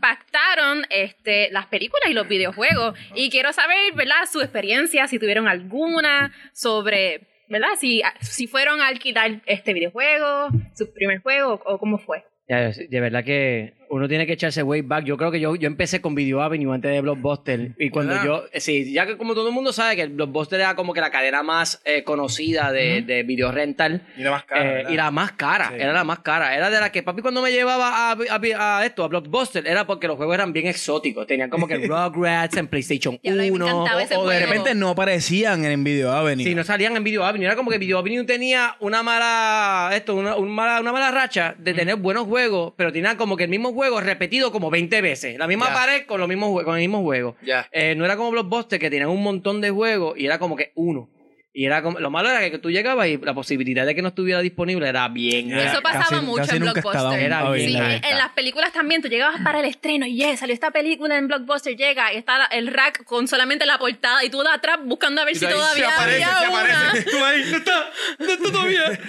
Speaker 1: impactaron este, las películas y los videojuegos y quiero saber, ¿verdad? Su experiencia, si tuvieron alguna sobre, ¿verdad? Si, si fueron a alquilar este videojuego, su primer juego o cómo fue.
Speaker 2: Ya, de verdad que uno tiene que echarse way back. Yo creo que yo, yo empecé con Video Avenue antes de Blockbuster. Y cuando
Speaker 3: Ah.
Speaker 2: yo, eh, sí, ya que como todo el mundo sabe que el Blockbuster era como que la cadena más eh, conocida de, de video rental.
Speaker 4: Y la más
Speaker 2: eh, y la más cara, era la más cara. Era de la que papi cuando me llevaba a, a- a esto, a Blockbuster, era porque los juegos eran bien exóticos. Tenían como que Rugrats en PlayStation
Speaker 1: Ya, a mí me
Speaker 2: 1.
Speaker 1: encantaba ese
Speaker 2: o- o de
Speaker 1: juego.
Speaker 2: repente
Speaker 4: Realmente no aparecían en Video Avenue.
Speaker 2: si no salían en Video Avenue. Era como que Video Avenue tenía una mala, esto, una, un mala, una mala racha de tener buenos juegos, pero tenían como que el mismo juego repetido como 20 veces. La misma
Speaker 3: Ya.
Speaker 2: pared con, los mismos jue- con el mismo juego.
Speaker 3: Ya.
Speaker 2: Eh, no era como Blockbuster que tenían un montón de juegos y era como que uno. Y era como, lo malo era que tú llegabas y la posibilidad de que no estuviera disponible era bien.
Speaker 4: Era
Speaker 1: Eso pasaba mucho en
Speaker 4: nunca estaba
Speaker 1: Blockbuster.
Speaker 4: un
Speaker 2: Era
Speaker 4: Avenue.
Speaker 2: bien
Speaker 1: Sí,
Speaker 2: la
Speaker 1: en,
Speaker 2: venta.
Speaker 1: en las películas también tú llegabas para el estreno y yeah, salió esta película en Blockbuster, llega y está la- el rack con solamente la portada y tú de atrás buscando a ver
Speaker 3: Y
Speaker 1: si
Speaker 3: ahí se
Speaker 1: todavía
Speaker 3: aparece,
Speaker 1: había
Speaker 3: se
Speaker 1: una.
Speaker 3: [LAUGHS] aparece.
Speaker 2: Tú ahí, no está, no está todavía.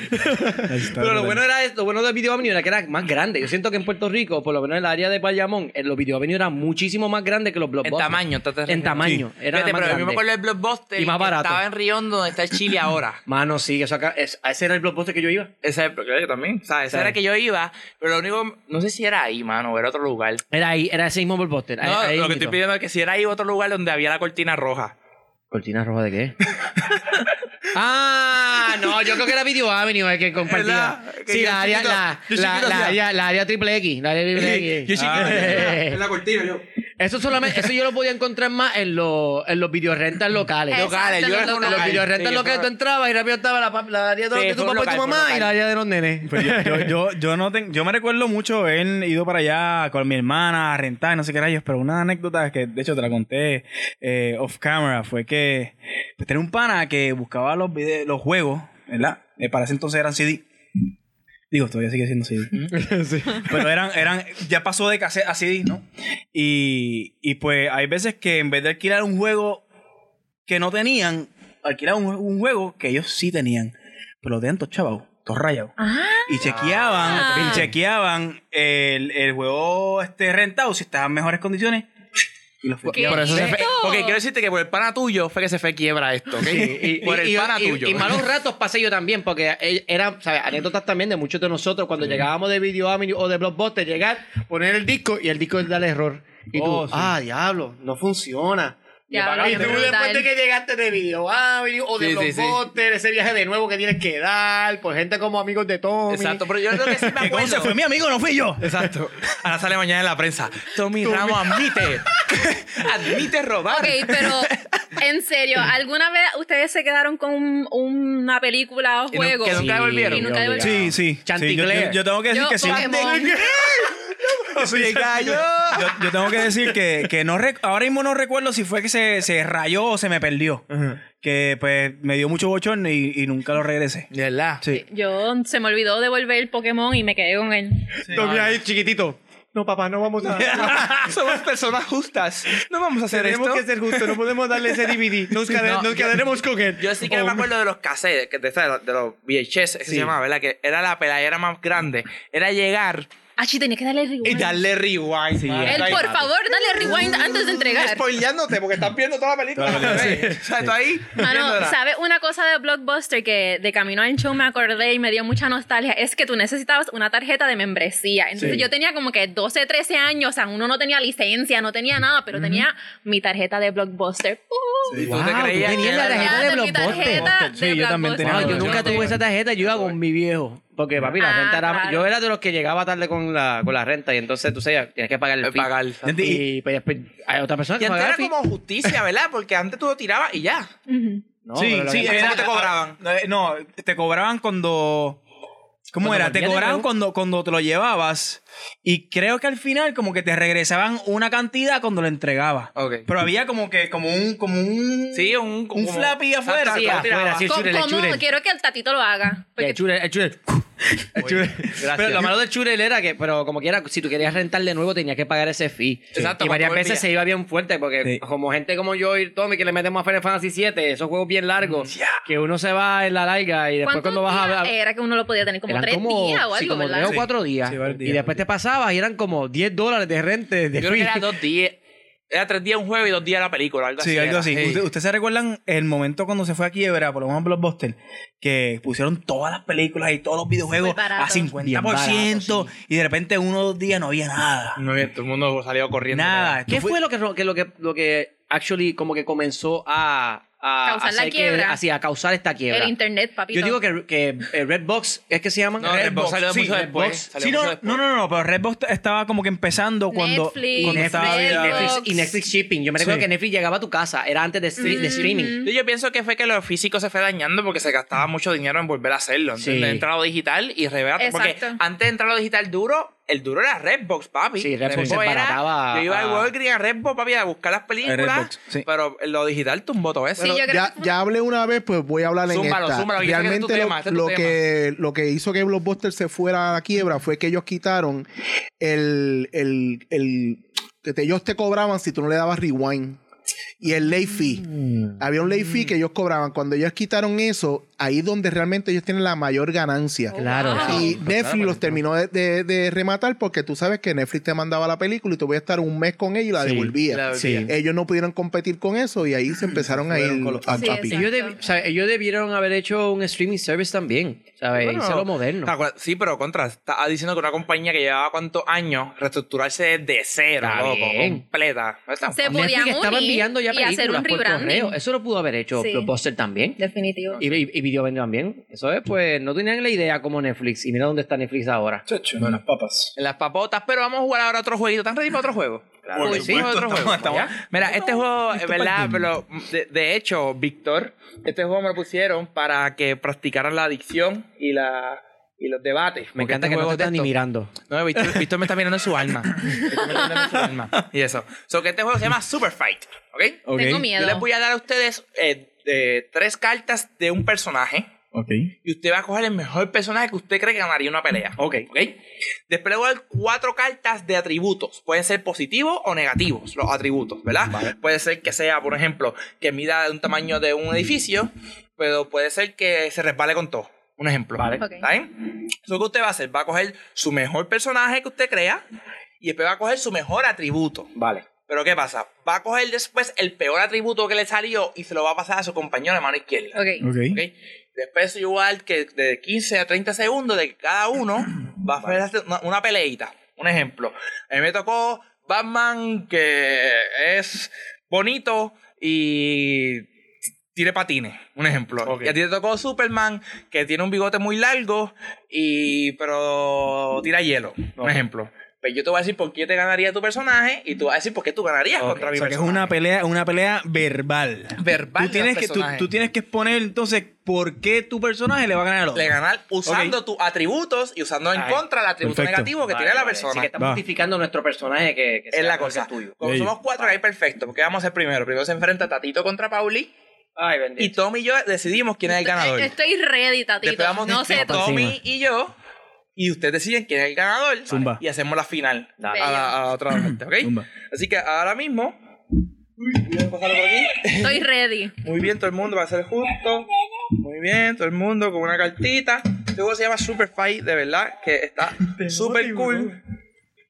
Speaker 2: Pero lo bueno era lo bueno de Video Avenue era que era más grande. Yo siento que en Puerto Rico, por lo menos en el área de Bayamón, en los Video Avenue eran muchísimo más grandes que los
Speaker 3: En
Speaker 2: blockbusters.
Speaker 3: tamaño, te- te
Speaker 2: En
Speaker 3: refieres.
Speaker 2: tamaño.
Speaker 3: Sí.
Speaker 2: Era
Speaker 3: Fíjate,
Speaker 2: más
Speaker 3: pero yo me acuerdo
Speaker 2: grande.
Speaker 3: del blockbuster
Speaker 2: Y más
Speaker 3: que
Speaker 2: barato.
Speaker 3: Estaba en Riondo, donde está el Chile [LAUGHS] ahora.
Speaker 2: Mano, sí, eso acá, es- ese era el blockbuster que yo iba.
Speaker 3: Ese es el yo también. O sea, ese
Speaker 2: Claro.
Speaker 3: era que yo iba, pero lo único, no sé si era ahí, mano, o era otro lugar.
Speaker 2: Era ahí, era ese mismo blockbuster.
Speaker 3: No,
Speaker 2: ahí- ahí
Speaker 3: lo que
Speaker 2: mismito.
Speaker 3: estoy pidiendo es que si era ahí otro lugar donde había la cortina roja.
Speaker 2: ¿Cortina roja de qué? [LAUGHS] ah, no, yo creo que era Video Avenue el que compartía.
Speaker 3: ¿Verdad? Que
Speaker 2: Sí,
Speaker 3: yo
Speaker 2: la área,
Speaker 3: chiquito-
Speaker 2: la,
Speaker 3: yo
Speaker 2: la-
Speaker 3: chiquito
Speaker 2: la
Speaker 3: hacía.
Speaker 2: área, la área triple X. La área triple X. Ah,
Speaker 3: Ah, [LAUGHS]
Speaker 2: eh,
Speaker 3: en la cortina, yo.
Speaker 2: Eso solamente, eso yo lo podía encontrar más en los, en los videorrentas locales.
Speaker 1: Exacto,
Speaker 3: Locales, yo
Speaker 1: los
Speaker 3: era como
Speaker 1: locales.
Speaker 2: En los
Speaker 3: local.
Speaker 2: videorrentas
Speaker 3: Sí,
Speaker 2: locales
Speaker 3: yo
Speaker 2: tú
Speaker 3: fui-
Speaker 2: entrabas y rápido estaba la, pa- la área de,
Speaker 3: Sí,
Speaker 2: de
Speaker 3: fue un
Speaker 2: tu papá y tu
Speaker 3: local, fue un
Speaker 2: mamá y
Speaker 3: local.
Speaker 2: la área de los nenes.
Speaker 4: Pues yo, yo, yo, yo no ten- yo me recuerdo mucho haber ido para allá con mi hermana a rentar, no sé qué rayos, pero una anécdota que de hecho te la conté eh, off camera fue que pues, tenía un pana que buscaba los, vide- los juegos, ¿verdad? Eh, para ese entonces eran CD. Digo, todavía sigue siendo CD. Pero eran, eran, ya pasó de cassette a CD, ¿no? Y, y pues hay veces que en vez de alquilar un juego que no tenían, alquilaban un, un juego que ellos sí tenían. Pero lo tenían todos chavos, todos rayados.
Speaker 1: Ah,
Speaker 4: Y chequeaban,
Speaker 3: Ah.
Speaker 4: y chequeaban el, el juego este rentado si estaba en mejores condiciones. Y los
Speaker 1: ¿Qué?
Speaker 3: Por eso se fue.
Speaker 1: Esto.
Speaker 3: Porque quiero decirte que por el pana tuyo fue que se fue quiebra esto, ¿ok?
Speaker 2: Y,
Speaker 3: [LAUGHS] por el
Speaker 2: y-
Speaker 3: pana
Speaker 2: y-
Speaker 3: tuyo.
Speaker 2: y malos ratos pasé yo también, porque eh, eran ¿sabes? anécdotas también de muchos de nosotros cuando llegábamos de Video Avenue o de Blockbuster, llegar, poner el disco y el disco darle error. Y tú,
Speaker 4: Oh, sí.
Speaker 2: ah, diablo, no funciona.
Speaker 1: Diablo,
Speaker 6: Y
Speaker 1: qué
Speaker 6: tú
Speaker 1: brutal.
Speaker 6: después de que llegaste "Ah, de Video Avenue o de
Speaker 3: Sí, sí, sí.
Speaker 6: Blockbuster, ese viaje de nuevo que tienes que dar, por gente como amigos de Tommy.
Speaker 3: Exacto, pero yo lo que sí me
Speaker 4: Que
Speaker 3: acuerdo.
Speaker 4: se fue mi amigo, no fui yo.
Speaker 3: Exacto. Ahora sale mañana en la prensa. Tommy Ramos admite. admite robar.
Speaker 1: Ok,
Speaker 3: [LAUGHS]
Speaker 1: pero en serio, ¿alguna vez ustedes se quedaron con un- una película o
Speaker 3: Y nu-
Speaker 1: juego?
Speaker 3: que nunca volvieron.
Speaker 1: Y nunca
Speaker 2: Sí,
Speaker 1: devolvieron.
Speaker 4: Sí, sí.
Speaker 2: Chanticleer.
Speaker 4: Sí, yo, yo- yo tengo que decir
Speaker 1: Yo,
Speaker 4: que sí.
Speaker 1: Pokémon.
Speaker 4: [LAUGHS] Sí,
Speaker 3: cayó.
Speaker 4: Yo, yo tengo que decir que, que no rec- ahora mismo no recuerdo si fue que se, se rayó o se me perdió. Que pues me dio mucho bochorno y, y nunca lo regresé.
Speaker 3: De
Speaker 2: Ah,
Speaker 3: verdad.
Speaker 4: Sí.
Speaker 1: Yo se me olvidó devolver el Pokémon y me quedé con él.
Speaker 6: Tommy ahí chiquitito. No, papá, no vamos a.
Speaker 3: Somos personas justas. No vamos a hacer
Speaker 6: Tenemos
Speaker 3: esto.
Speaker 6: que ser justos, no podemos darle ese DVD.
Speaker 4: [LAUGHS]
Speaker 6: Nos, queda-
Speaker 3: No,
Speaker 6: nos
Speaker 3: yo-
Speaker 6: quedaremos con él.
Speaker 3: Yo sí que me
Speaker 6: Oh,
Speaker 3: acuerdo de los cassettes, que de, de los- de los VHS, que se llamaba, ¿verdad? Que era la peladera más grande. Era llegar
Speaker 1: Ah, sí, tenía que darle rewind.
Speaker 6: Y darle rewind.
Speaker 1: Él, por favor, dale rewind antes de entregar.
Speaker 6: Spoileándote porque estás viendo toda la película.
Speaker 3: Sí. Ah, O sea, tú ahí.
Speaker 1: Mano,
Speaker 3: viéndola.
Speaker 1: ¿sabes una cosa de Blockbuster que de camino al show me acordé y me dio mucha nostalgia? Es que tú necesitabas una tarjeta de membresía. Entonces yo tenía como que 12, 13 años, o sea, uno no tenía licencia, no tenía nada, pero tenía mi tarjeta de Blockbuster. ¡Uh!
Speaker 3: Y tú
Speaker 2: Wow,
Speaker 3: te
Speaker 2: tú
Speaker 3: creías que
Speaker 2: tenías
Speaker 3: era
Speaker 2: la tarjeta de
Speaker 1: Mi tarjeta
Speaker 2: Blockbuster.
Speaker 1: de
Speaker 4: Sí, yo también
Speaker 1: Blockbuster.
Speaker 4: tenía
Speaker 2: Wow,
Speaker 4: Yo
Speaker 2: yo
Speaker 4: no
Speaker 2: nunca tuve esa tarjeta, yo iba con mi viejo. Porque, papi, la
Speaker 1: Ah,
Speaker 2: renta era.
Speaker 1: claro.
Speaker 2: Yo era de los que llegaba tarde con la, con la renta y entonces tú sabes, tienes que pagar el
Speaker 3: Eh,
Speaker 2: fee.
Speaker 3: pagar.
Speaker 2: Y, pues, después hay otra persona
Speaker 3: Y
Speaker 2: que
Speaker 3: antes
Speaker 2: pagaba
Speaker 3: era
Speaker 2: el fee.
Speaker 3: como justicia, ¿verdad? Porque antes tú lo tirabas y ya.
Speaker 1: Ujú.
Speaker 2: No, pero lo que-
Speaker 3: ¿Cómo te cobraban?
Speaker 4: eh, No, te cobraban cuando. ¿Cómo
Speaker 2: Cuando
Speaker 4: era? Te
Speaker 2: volvían de
Speaker 4: cobraban
Speaker 2: nuevo.
Speaker 4: cuando, cuando te lo llevabas y creo que al final como que te regresaban una cantidad cuando lo entregabas.
Speaker 3: Ok.
Speaker 4: Pero había como que como un como un
Speaker 3: Sí, un,
Speaker 4: un flappy afuera.
Speaker 2: Sí, afuera, sí, el
Speaker 1: ¿Cómo?
Speaker 2: churel, el
Speaker 1: cómo?
Speaker 2: churel.
Speaker 1: Quiero que el tatito lo haga.
Speaker 2: El
Speaker 1: Porque
Speaker 2: churel, el churel. [LAUGHS] El churel. Pero lo malo del churel era que, pero como quiera, si tú querías rentar de nuevo, tenías que pagar ese fee.
Speaker 3: Exacto,
Speaker 2: y varias
Speaker 3: cuando
Speaker 2: veces
Speaker 3: volvía.
Speaker 2: se iba bien fuerte, porque
Speaker 4: Sí.
Speaker 2: como gente como yo y Tommy, que le metemos a Final Fantasy 7 esos juegos bien largos, que uno se va en la larga y después
Speaker 1: ¿Cuántos
Speaker 2: cuando vas a
Speaker 1: días
Speaker 2: ver.
Speaker 1: Era que uno lo podía tener como
Speaker 2: eran
Speaker 1: tres
Speaker 2: como,
Speaker 1: días o
Speaker 2: sí,
Speaker 1: algo,
Speaker 2: como
Speaker 1: ¿verdad?
Speaker 2: tres o cuatro días.
Speaker 4: Sí, varios días.
Speaker 2: y después te pasabas y eran como 10 dólares de rente. De
Speaker 3: Yo creo que
Speaker 2: fee.
Speaker 3: era dos días. Era tres días un juego y dos días la película, algo así.
Speaker 4: Sí, algo
Speaker 3: era.
Speaker 4: así.
Speaker 3: Sí.
Speaker 4: Usted- ¿Ustedes se recuerdan el momento cuando se fue a quiebra, por lo menos Blockbuster, que pusieron todas las películas y todos los videojuegos
Speaker 1: Súper barato.
Speaker 4: a
Speaker 2: Bien
Speaker 4: 50%
Speaker 2: barato,
Speaker 4: y de repente uno o dos días no había nada?
Speaker 3: No, bien, todo el mundo salió corriendo.
Speaker 4: Nada.
Speaker 2: ¿Qué fue, lo que ro- que lo que lo que actually como que comenzó a, a
Speaker 1: Causar la
Speaker 2: hacer que-
Speaker 1: quiebra.
Speaker 2: así, a causar esta quiebra?
Speaker 1: El internet, papito.
Speaker 2: Yo digo que, que eh, Redbox es que se llaman.
Speaker 3: No,
Speaker 2: Redbox.
Speaker 3: Redbox salió
Speaker 4: sí,
Speaker 3: mucho después.
Speaker 4: Redbox.
Speaker 3: salió
Speaker 4: Sí, no,
Speaker 3: mucho después.
Speaker 4: no, no, no, pero Redbox t- estaba como que empezando cuando,
Speaker 1: Netflix,
Speaker 4: cuando estaba
Speaker 2: Y
Speaker 1: Netflix.
Speaker 4: bien-
Speaker 2: Netflix, y Netflix Shipping. Yo me recuerdo
Speaker 4: Sí.
Speaker 2: que Netflix llegaba a tu casa. Era antes de, stre-
Speaker 1: Mm.
Speaker 2: de streaming.
Speaker 3: Yo, yo pienso que fue que lo físico se fue dañando porque se gastaba mucho dinero en volver a hacerlo. ¿entiendes?
Speaker 2: Sí.
Speaker 3: Entra lo digital y revela. Porque
Speaker 1: Exacto.
Speaker 3: antes de entrar a lo digital duro, el duro era Redbox, papi.
Speaker 2: Sí, Redbox
Speaker 3: era-
Speaker 2: desbarataba
Speaker 3: Yo iba
Speaker 2: a-
Speaker 3: al Walgreens a Redbox, papi, a buscar las películas.
Speaker 4: Redbox, sí.
Speaker 3: Pero lo digital tumbó todo eso.
Speaker 1: Sí, yo creo
Speaker 5: ya,
Speaker 1: que-
Speaker 5: ya hablé una vez, pues voy a hablar en
Speaker 3: Zúmbalo,
Speaker 5: esta.
Speaker 3: zúmbalo, que este es tu
Speaker 5: Realmente lo,
Speaker 3: tema, este es tu
Speaker 5: lo
Speaker 3: tema.
Speaker 5: que, lo que hizo que Blockbuster se fuera a la quiebra fue que ellos quitaron el, el, el que te- ellos te cobraban si tú no le dabas rewind. Y el late fee.
Speaker 6: Mm.
Speaker 5: Había un late fee que ellos cobraban. Cuando ellos quitaron eso, ahí es donde realmente ellos tienen la mayor ganancia.
Speaker 2: Claro.
Speaker 4: Ah.
Speaker 1: Wow.
Speaker 5: Y Netflix los terminó de, de- de rematar porque tú sabes que Netflix te mandaba la película y tú voy a estar un mes con ella y la
Speaker 2: Sí,
Speaker 5: devolvía.
Speaker 3: la
Speaker 2: devolvía. Sí.
Speaker 5: Ellos no pudieron competir con eso y ahí se empezaron a ir
Speaker 4: con los-
Speaker 5: a
Speaker 1: Sí,
Speaker 5: papi.
Speaker 1: exacto.
Speaker 2: Ellos, debi- o sea, ellos debieron haber hecho un streaming service también. ¿Sabes?
Speaker 3: Bueno,
Speaker 2: Irse a lo moderno.
Speaker 1: ah,
Speaker 3: ¿te acuerdas? Sí, pero contra, estaba diciendo que una compañía que llevaba cuántos años reestructurarse de cero,
Speaker 2: Está
Speaker 3: loco,
Speaker 2: bien.
Speaker 3: completa. No es tan
Speaker 1: Se
Speaker 3: fácil.
Speaker 1: podían
Speaker 2: Netflix estaba
Speaker 1: unir
Speaker 2: enviando ya
Speaker 1: y hacer
Speaker 2: películas
Speaker 1: un
Speaker 2: por
Speaker 1: rebranding.
Speaker 2: correo. Eso lo pudo haber hecho
Speaker 1: Sí.
Speaker 2: Blockbuster también.
Speaker 1: Definitivo.
Speaker 2: Y, y, y Videovender también. Eso es, pues, no tenían la idea como Netflix. Y mira dónde está Netflix ahora.
Speaker 4: Bueno, papas.
Speaker 3: En las papotas, pero vamos a jugar ahora otro jueguito. ¿Están ready para otro juego? Claro,
Speaker 4: Por supuesto, estamos- estamos-
Speaker 3: Mira, este juego, es verdad, pero de, de hecho, Víctor, este juego me lo pusieron para que practicaran la adicción y la y los debates. Porque
Speaker 2: Me encanta
Speaker 3: este
Speaker 2: que no
Speaker 3: juego
Speaker 2: te
Speaker 3: es de
Speaker 2: están ni
Speaker 3: esto.
Speaker 2: mirando.
Speaker 3: No, Víctor, Víctor me está mirando en su [LAUGHS] alma. Víctor me está mirando en su alma. Y eso. So que este juego se llama Super Fight, ¿ok?
Speaker 4: Ok.
Speaker 1: Tengo miedo.
Speaker 3: Yo les voy a dar a ustedes eh, eh, tres cartas de un personaje
Speaker 4: Ok.
Speaker 3: y usted va a coger el mejor personaje que usted cree que ganaría una pelea.
Speaker 2: Ok.
Speaker 3: ¿ok? Después le voy a dar cuatro cartas de atributos. Pueden ser positivos o negativos los atributos, ¿verdad? Puede ser que sea, por ejemplo, que mida de un tamaño de un edificio, pero puede ser que se resbale con todo. Un ejemplo. ¿Vale?
Speaker 1: Ok.
Speaker 3: ¿Está bien? Eso que usted va a hacer, va a coger su mejor personaje que usted crea y después va a coger su mejor atributo.
Speaker 2: Vale.
Speaker 3: Pero ¿qué pasa? Va a coger después el peor atributo que le salió y se lo va a pasar a su compañero de mano izquierda.
Speaker 1: Ok.
Speaker 4: Ok.
Speaker 3: ¿ok? Después igual que de 15 a 30 segundos de cada uno va a hacer una, una peleita. Un ejemplo. A mí me tocó Batman que es bonito y tiene patines, un ejemplo.
Speaker 4: Ok.
Speaker 3: Y a ti te tocó Superman, que tiene un bigote muy largo, y pero tira hielo, un ejemplo. Pues yo te voy a decir por qué te ganaría tu personaje y tú vas a decir por qué tú ganarías
Speaker 4: Ok,
Speaker 3: contra
Speaker 4: o
Speaker 3: mi
Speaker 4: sea, que es
Speaker 3: personaje.
Speaker 4: una pelea, una pelea verbal.
Speaker 3: verbal.
Speaker 4: Tú tienes, que, tú, tú tienes que exponer entonces por qué tu personaje le va a ganar
Speaker 3: [LAUGHS]
Speaker 4: al otro.
Speaker 3: le ganar usando tus atributos y usando en
Speaker 4: Ay,
Speaker 3: contra el atributo
Speaker 4: perfecto.
Speaker 3: negativo que
Speaker 2: Vale,
Speaker 3: tiene la
Speaker 2: vale.
Speaker 3: persona.
Speaker 2: Así que estás
Speaker 4: Va.
Speaker 2: justificando nuestro personaje que, que
Speaker 3: es
Speaker 2: sea
Speaker 3: la
Speaker 2: mejor que
Speaker 3: cosa.
Speaker 2: el tuyo.
Speaker 3: Como
Speaker 4: Bello.
Speaker 3: somos cuatro, ahí perfecto. Porque vamos a hacer primero. Primero se enfrenta Tatito contra Pauli.
Speaker 2: Ay,
Speaker 3: Y
Speaker 2: bendito.
Speaker 3: Tommy y yo decidimos quién es el ganador.
Speaker 1: Estoy ready,
Speaker 3: Después
Speaker 1: tatito.
Speaker 3: vamos
Speaker 1: No sé
Speaker 4: distinto.
Speaker 1: tú.
Speaker 3: Tommy
Speaker 4: Encima.
Speaker 3: y yo. Y ustedes deciden quién es el ganador.
Speaker 4: Zumba.
Speaker 3: Y hacemos la final.
Speaker 2: Dale.
Speaker 3: A la, a la otra parte, ¿ok?
Speaker 4: Zumba.
Speaker 3: Así que ahora mismo. Uy, voy a cogerlo por aquí.
Speaker 1: Estoy ready.
Speaker 3: Muy bien, todo el mundo va a ser justo. Muy bien, todo el mundo con una cartita. Este juego se llama Super Fight, de verdad, que
Speaker 4: [LAUGHS]
Speaker 3: está super cool.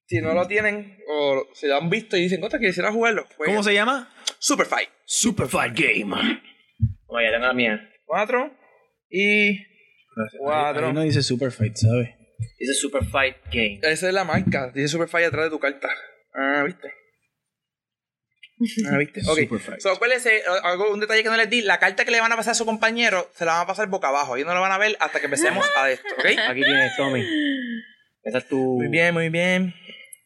Speaker 3: Si no lo tienen o si lo han visto y dicen, contra, quisiera jugarlo. pues
Speaker 4: ¿Cómo se llama?
Speaker 3: Super Fight.
Speaker 4: Superfight Game.
Speaker 2: Oye, tengo la mía.
Speaker 3: Cuatro y cuatro.
Speaker 4: Ahí no dice Superfight, ¿sabes?
Speaker 2: Dice Super Fight Game.
Speaker 3: Esa es la marca. Dice Super Fight atrás de tu carta. Ah, viste. Ah, viste. Ok.
Speaker 4: Superfight.
Speaker 3: So, acuérdense, algo, un detalle que no les di: la carta que le van a pasar a su compañero se la van a pasar boca abajo. Ellos no la van a ver hasta que empecemos a esto, ¿ok?
Speaker 2: [LAUGHS] Aquí tienes, Tommy. Esa es tu.
Speaker 3: Muy bien, muy bien.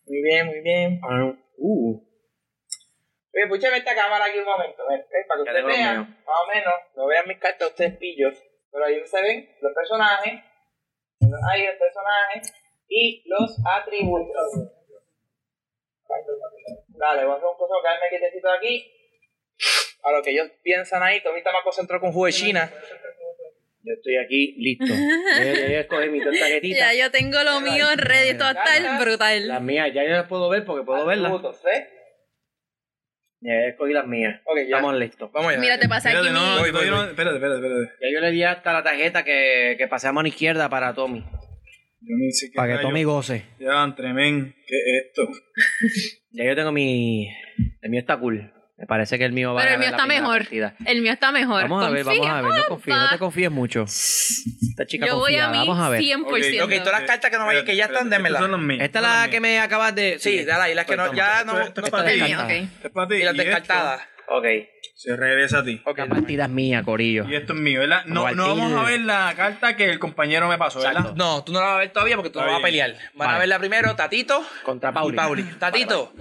Speaker 3: Muy bien, muy bien.
Speaker 2: Ah, Uh.
Speaker 3: Oye, escúchame esta cámara aquí un momento, ven, ven, para que ustedes
Speaker 2: Ya tengo los
Speaker 3: vean,
Speaker 2: míos.
Speaker 3: más o menos, no vean mis cartas ustedes pillos, pero ahí se ven los personajes, ahí los personajes y los atributos. Dale, voy a hacer un coso, quedarme quietecito aquí. A lo que ellos piensan ahí, Tommy está más concentrado con juego de China.
Speaker 2: Yo estoy aquí
Speaker 1: [LAUGHS]
Speaker 2: listo. Yo yo voy a escoger mi tarjetita.
Speaker 1: Ya yo tengo lo mío ready. Esto va a estar
Speaker 2: Las
Speaker 1: brutal.
Speaker 2: mías, ya yo las puedo ver porque
Speaker 3: Ah,
Speaker 2: puedo verlas.
Speaker 3: Atributos, ¿ves?
Speaker 2: Ya yo escogí las mías.
Speaker 3: Ok, ya.
Speaker 2: Estamos listos.
Speaker 3: Vamos allá.
Speaker 1: Mira, te pasé aquí
Speaker 4: Espérate, no,
Speaker 1: mi.
Speaker 4: no, todavía no- espérate, espérate, espérate.
Speaker 2: Ya yo le di hasta la tarjeta que, que pasé a mano izquierda para Tommy.
Speaker 4: Yo ni siquiera-
Speaker 2: Para que
Speaker 4: yo-
Speaker 2: Tommy goce.
Speaker 4: Ya, tremen, ¿qué es
Speaker 1: [LAUGHS]
Speaker 4: esto?
Speaker 2: Ya yo tengo mi. El mío está cool. Me parece que el mío va
Speaker 1: Pero
Speaker 2: a
Speaker 1: el mío
Speaker 2: ganar la
Speaker 1: está
Speaker 2: primera
Speaker 1: mejor.
Speaker 2: partida.
Speaker 1: El mío está mejor.
Speaker 2: Vamos a ver, vamos
Speaker 1: Confía,
Speaker 2: a ver. No confíes, no
Speaker 1: papá.
Speaker 2: te confíes mucho. Esta chica
Speaker 1: Yo voy a
Speaker 2: confiada.
Speaker 1: mí
Speaker 2: Vamos a ver.
Speaker 1: 100%.
Speaker 3: Ok, todas las cartas que no vayan, que ya están,
Speaker 4: Espérate,
Speaker 3: démela.
Speaker 4: estas Son las mías.
Speaker 2: Esta es
Speaker 4: son
Speaker 2: la
Speaker 4: las
Speaker 2: que
Speaker 4: mías.
Speaker 2: me acabas de.
Speaker 3: Sí, dale ahí, las que
Speaker 2: Pues
Speaker 3: no,
Speaker 2: toma.
Speaker 3: ya no, no
Speaker 4: Esto- esto es
Speaker 3: están
Speaker 4: para
Speaker 1: El
Speaker 4: ti.
Speaker 1: mío,
Speaker 3: bien.
Speaker 1: ok.
Speaker 4: Esta es para ti.
Speaker 3: Y las
Speaker 4: esto
Speaker 3: descartadas.
Speaker 2: Ok.
Speaker 4: Se regresa a ti.
Speaker 3: Ok,
Speaker 2: La partida es mía, Corillo.
Speaker 4: Y esto es mío, ¿verdad? No,
Speaker 2: Como
Speaker 4: no vamos a
Speaker 2: Altil.
Speaker 4: ver la carta que el compañero me pasó, ¿verdad?
Speaker 2: Exacto.
Speaker 3: No, tú no la vas a ver todavía porque tú
Speaker 4: Está
Speaker 3: no vas a
Speaker 4: bien.
Speaker 3: pelear. Van a
Speaker 2: Vale.
Speaker 3: verla primero Tatito
Speaker 2: Contra
Speaker 3: y
Speaker 2: Pauli.
Speaker 3: Pauli. Tatito,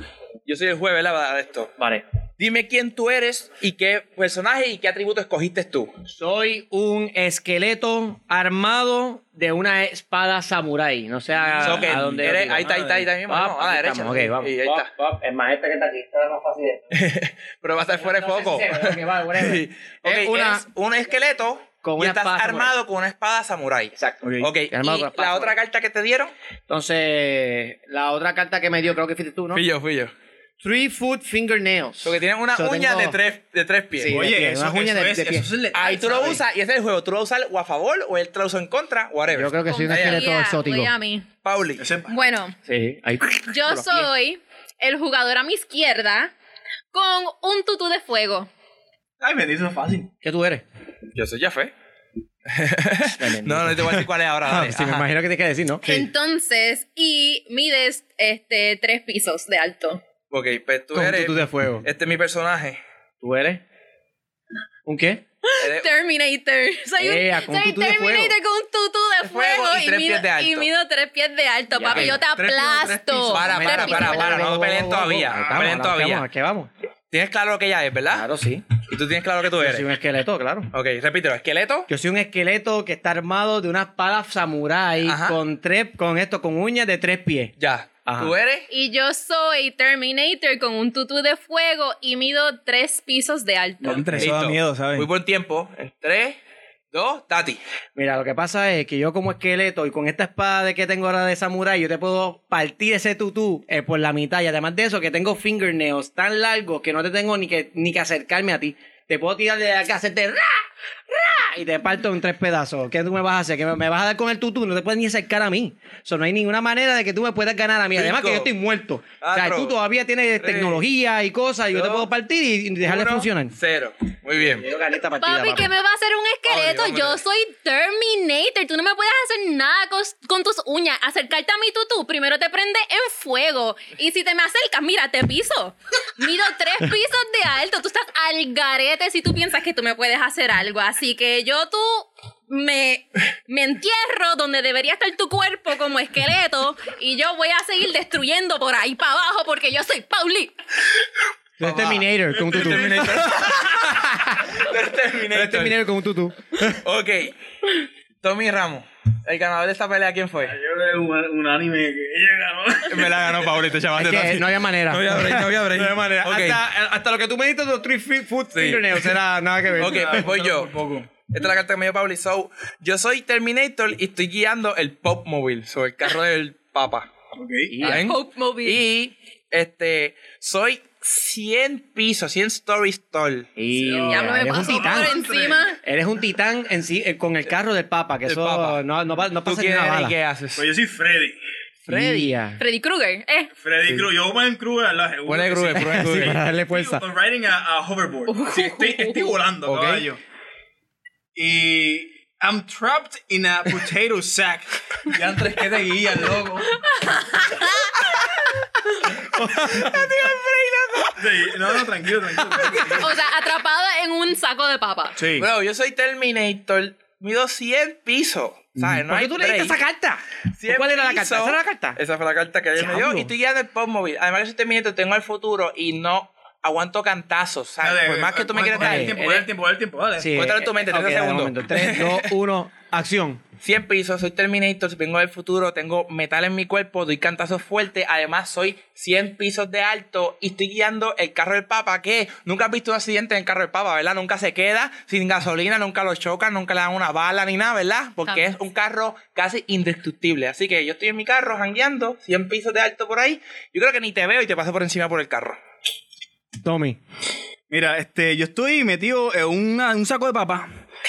Speaker 3: yo soy el juez, ¿verdad? De esto.
Speaker 2: Vale.
Speaker 3: Dime quién tú eres y qué personaje y qué atributo escogiste tú.
Speaker 2: Soy un esqueleto armado de una espada samurái. No sé a,
Speaker 3: So que
Speaker 2: Ah, a dónde.
Speaker 3: eres-
Speaker 2: digo.
Speaker 3: ahí está, ahí está, ahí está mismo.
Speaker 2: Ah,
Speaker 3: Vamos, a la
Speaker 2: aquí
Speaker 3: derecha.
Speaker 2: estamos, ok, vamos.
Speaker 3: Y ahí
Speaker 2: Pop,
Speaker 3: está.
Speaker 2: pop. Es más, esta que está aquí está más fácil. de-
Speaker 3: Pero va a estar fuera de
Speaker 2: No sé
Speaker 3: foco. [LAUGHS]
Speaker 2: si se ve, ok, vale, whatever.
Speaker 3: Sí. Ok,
Speaker 2: Es una-
Speaker 3: eres un esqueleto
Speaker 2: Con
Speaker 3: y
Speaker 2: una
Speaker 3: estás
Speaker 2: espada
Speaker 3: armado con una espada samurái.
Speaker 2: Exacto.
Speaker 4: Ok.
Speaker 3: Ok,
Speaker 2: Estoy armado
Speaker 3: y
Speaker 2: con una espada
Speaker 3: la otra
Speaker 2: samurái.
Speaker 3: carta que te dieron.
Speaker 2: Entonces, la otra carta que me dio, creo que fuiste tú, ¿no?
Speaker 3: yo, fui yo.
Speaker 2: Three foot fingernails.
Speaker 3: Porque tienes una
Speaker 2: So,
Speaker 3: uña
Speaker 2: tengo-
Speaker 3: de tres, de tres pies.
Speaker 2: Sí. de pie,
Speaker 4: Oye, eso,
Speaker 2: unas uñas
Speaker 4: eso
Speaker 2: de-
Speaker 4: es,
Speaker 2: de pie.
Speaker 4: eso es letal,
Speaker 3: Ahí tú lo
Speaker 4: ¿sabes?
Speaker 3: usas y ese es el juego. Tú lo usas o a favor o él te lo usa en contra, whatever.
Speaker 2: Yo creo que soy un
Speaker 1: Confía,
Speaker 2: esqueleto exótico.
Speaker 1: voy a mí.
Speaker 3: Pauli.
Speaker 4: Ese es-
Speaker 1: Bueno,
Speaker 2: Sí, ahí.
Speaker 1: yo soy el jugador a mi izquierda con un tutú de fuego.
Speaker 4: Ay, me dice fácil.
Speaker 2: ¿Qué tú eres?
Speaker 3: Yo soy Jafé. [LAUGHS] No, no te voy a decir cuál es ahora.
Speaker 2: [LAUGHS]
Speaker 3: dale.
Speaker 2: Ah, sí, me
Speaker 3: Ajá.
Speaker 2: imagino que te quieres decir, ¿no?
Speaker 1: Entonces, y mides este, tres pisos de alto.
Speaker 3: Ok, pues tú
Speaker 2: Con
Speaker 3: eres.
Speaker 2: tutú de fuego.
Speaker 3: Este es mi personaje.
Speaker 2: ¿Tú eres? ¿Un qué?
Speaker 3: Eres-
Speaker 1: Terminator. [LAUGHS] Soy un,
Speaker 2: Ea, con un
Speaker 1: soy
Speaker 2: tutú de fuego.
Speaker 1: Terminator con un tutú de
Speaker 3: De fuego
Speaker 1: fuego,
Speaker 3: y tres pies de alto.
Speaker 1: y mido tres pies de alto,
Speaker 2: Ya,
Speaker 1: papi.
Speaker 2: ok.
Speaker 1: Yo te
Speaker 4: Tres pies, tres
Speaker 1: aplasto.
Speaker 4: pisos.
Speaker 3: Para,
Speaker 1: Tres
Speaker 3: para,
Speaker 1: pisos
Speaker 3: para,
Speaker 1: de
Speaker 3: para,
Speaker 1: alto.
Speaker 3: no peleen todavía, no peleen todavía.
Speaker 2: ¿Qué vamos?
Speaker 3: Tienes claro lo que ella es, ¿verdad?
Speaker 2: Claro, sí.
Speaker 3: Y tú tienes claro lo que tú
Speaker 2: Yo soy un
Speaker 3: eres.
Speaker 2: esqueleto, claro.
Speaker 3: Ok, repítelo. Esqueleto.
Speaker 2: Yo soy un esqueleto que está armado de una espada samurái
Speaker 3: Ajá.
Speaker 2: con tres, con esto, con uñas de tres pies.
Speaker 3: Ya.
Speaker 2: Ajá.
Speaker 3: Tú eres.
Speaker 1: Y yo soy Terminator con un tutú de fuego y mido tres pisos de alto.
Speaker 4: Contra, eso da miedo, ¿sabes?
Speaker 3: Muy buen tiempo. En Tres, dos, Tati.
Speaker 2: Mira, lo que pasa es que yo como esqueleto y con esta espada de que tengo ahora de samurái, yo te puedo partir ese tutú eh, por la mitad. Y además de eso, que tengo fingernails tan largos que no te tengo ni que, ni que acercarme a ti. Te puedo tirar de acá, hacerte ra, ra, y y te parto en tres pedazos. ¿Qué tú me vas a hacer? ¿Que me, me vas a dar con el tutú? No te puedes ni acercar a mí. O sea, no hay ninguna manera de que tú me puedas ganar a mí. Además
Speaker 3: Cinco,
Speaker 2: que yo estoy muerto. o sea,
Speaker 3: cuatro,
Speaker 2: tú todavía tienes
Speaker 3: tres,
Speaker 2: tecnología y cosas y yo te
Speaker 3: dos,
Speaker 2: puedo partir y y dejarle
Speaker 3: Uno,
Speaker 2: funcionar.
Speaker 3: Cero. Muy bien.
Speaker 2: Yo gané esta partida,
Speaker 1: Papi,
Speaker 2: papi.
Speaker 1: que me va a hacer un esqueleto.
Speaker 3: Vamos,
Speaker 1: Yo
Speaker 3: vamos.
Speaker 1: soy Terminator. Tú no me puedes hacer nada cos- con, tus uñas. Acercarte a mi tutú, primero te prende en fuego. Y si te me acercas, mira, te piso. Mido tres pisos de alto. Tú estás al garete si tú piensas que tú me puedes hacer algo. Así que yo tú me, me entierro donde debería estar tu cuerpo como esqueleto. Y yo voy a seguir destruyendo por ahí para abajo porque yo soy Pauli.
Speaker 2: Tú eres Terminator con un tutú. Tú
Speaker 3: Pero este
Speaker 2: eres
Speaker 3: Terminator.
Speaker 2: Terminator con un tutú.
Speaker 3: Ok. Tommy Ramos. El ganador de esta pelea, ¿quién fue?
Speaker 4: un, un anime que ella ganó.
Speaker 3: Me la ganó Paulito, chaval.
Speaker 2: Es que no había manera.
Speaker 3: No había break, no había break.
Speaker 2: [LAUGHS] No había manera.
Speaker 3: Ok.
Speaker 2: Hasta, hasta lo que tú me diste, los three fi- foot fingernails, era nada que ver.
Speaker 3: Ok, pues voy yo. Esta es la carta que me dio Pablo. So, yo soy Terminator y estoy guiando el Pop Mobile, so, el carro del Papa. ¿Saben? Y este, soy 100 pisos, 100 stories tall.
Speaker 2: Y,
Speaker 1: Ya me
Speaker 2: eres un
Speaker 1: pasó
Speaker 2: titán.
Speaker 1: por encima.
Speaker 2: Eres un titán en sí, eh, con el carro del Papa, que
Speaker 3: El
Speaker 2: eso
Speaker 3: Papa.
Speaker 2: no, no, va- no
Speaker 3: ¿Tú
Speaker 2: pasa ni
Speaker 3: quién
Speaker 2: una
Speaker 3: eres y
Speaker 2: bala.
Speaker 3: qué haces?
Speaker 4: Pues yo soy Freddy.
Speaker 2: Freddy.
Speaker 1: Freddy Krueger, eh.
Speaker 4: Freddy Krueger. Yo voy en Krueger. la- seguro
Speaker 3: Ponle
Speaker 4: que
Speaker 3: Gruber,
Speaker 4: sí.
Speaker 3: ponle
Speaker 2: Sí,
Speaker 3: Gruber.
Speaker 2: para darle
Speaker 4: Estoy
Speaker 2: fuerza.
Speaker 4: riding a, a hoverboard. Sí, estoy, estoy volando,
Speaker 3: Ok.
Speaker 4: caballo. Y... I'm trapped in a potato sack. Ya antes que te guía, loco. Sí, no, no, tranquilo, tranquilo.
Speaker 1: O sea, atrapada en un saco de papa.
Speaker 4: Sí.
Speaker 3: Bro, yo soy Terminator, mido 100 pisos. ¿Sabes? No
Speaker 2: ¿Por
Speaker 3: hay
Speaker 2: qué tú leíste
Speaker 3: break.
Speaker 2: esa carta?
Speaker 3: Siempre
Speaker 2: ¿Cuál era la
Speaker 3: hizo-
Speaker 2: carta? ¿Esa era la carta?
Speaker 3: Esa fue la carta que ayer me dio.
Speaker 2: Diablo.
Speaker 3: Y estoy guiando el pop móvil. Además, yo soy Terminator, tengo el futuro y no aguanto cantazos. ¿sabes?
Speaker 4: Dale,
Speaker 3: Por más que tú me
Speaker 4: dale,
Speaker 3: quieras
Speaker 4: dale,
Speaker 3: caer.
Speaker 4: el tiempo,
Speaker 3: eres-
Speaker 4: dale el tiempo, dale el tiempo, dale.
Speaker 3: Cuéntalo en tu mente,
Speaker 2: eh, ok,
Speaker 3: 30
Speaker 2: dale,
Speaker 3: segundos.
Speaker 2: momento. Tres, dos,
Speaker 3: [LAUGHS]
Speaker 2: uno, acción.
Speaker 3: 100 pisos, soy Terminator, vengo del futuro, tengo metal en mi cuerpo, doy cantazos fuertes, además soy 100 pisos de alto y estoy guiando el carro del Papa, que nunca has visto un accidente en el carro del Papa, ¿verdad? Nunca se queda sin gasolina, nunca lo chocan, nunca le dan una bala ni nada, ¿verdad? Porque
Speaker 1: Jamás.
Speaker 3: es un carro casi indestructible. Así que yo estoy en mi carro jangueando, 100 pisos de alto por ahí, yo creo que ni te veo y te paso por encima por el carro.
Speaker 2: Tommy.
Speaker 4: Mira, este, yo estoy metido en una- un saco de papa.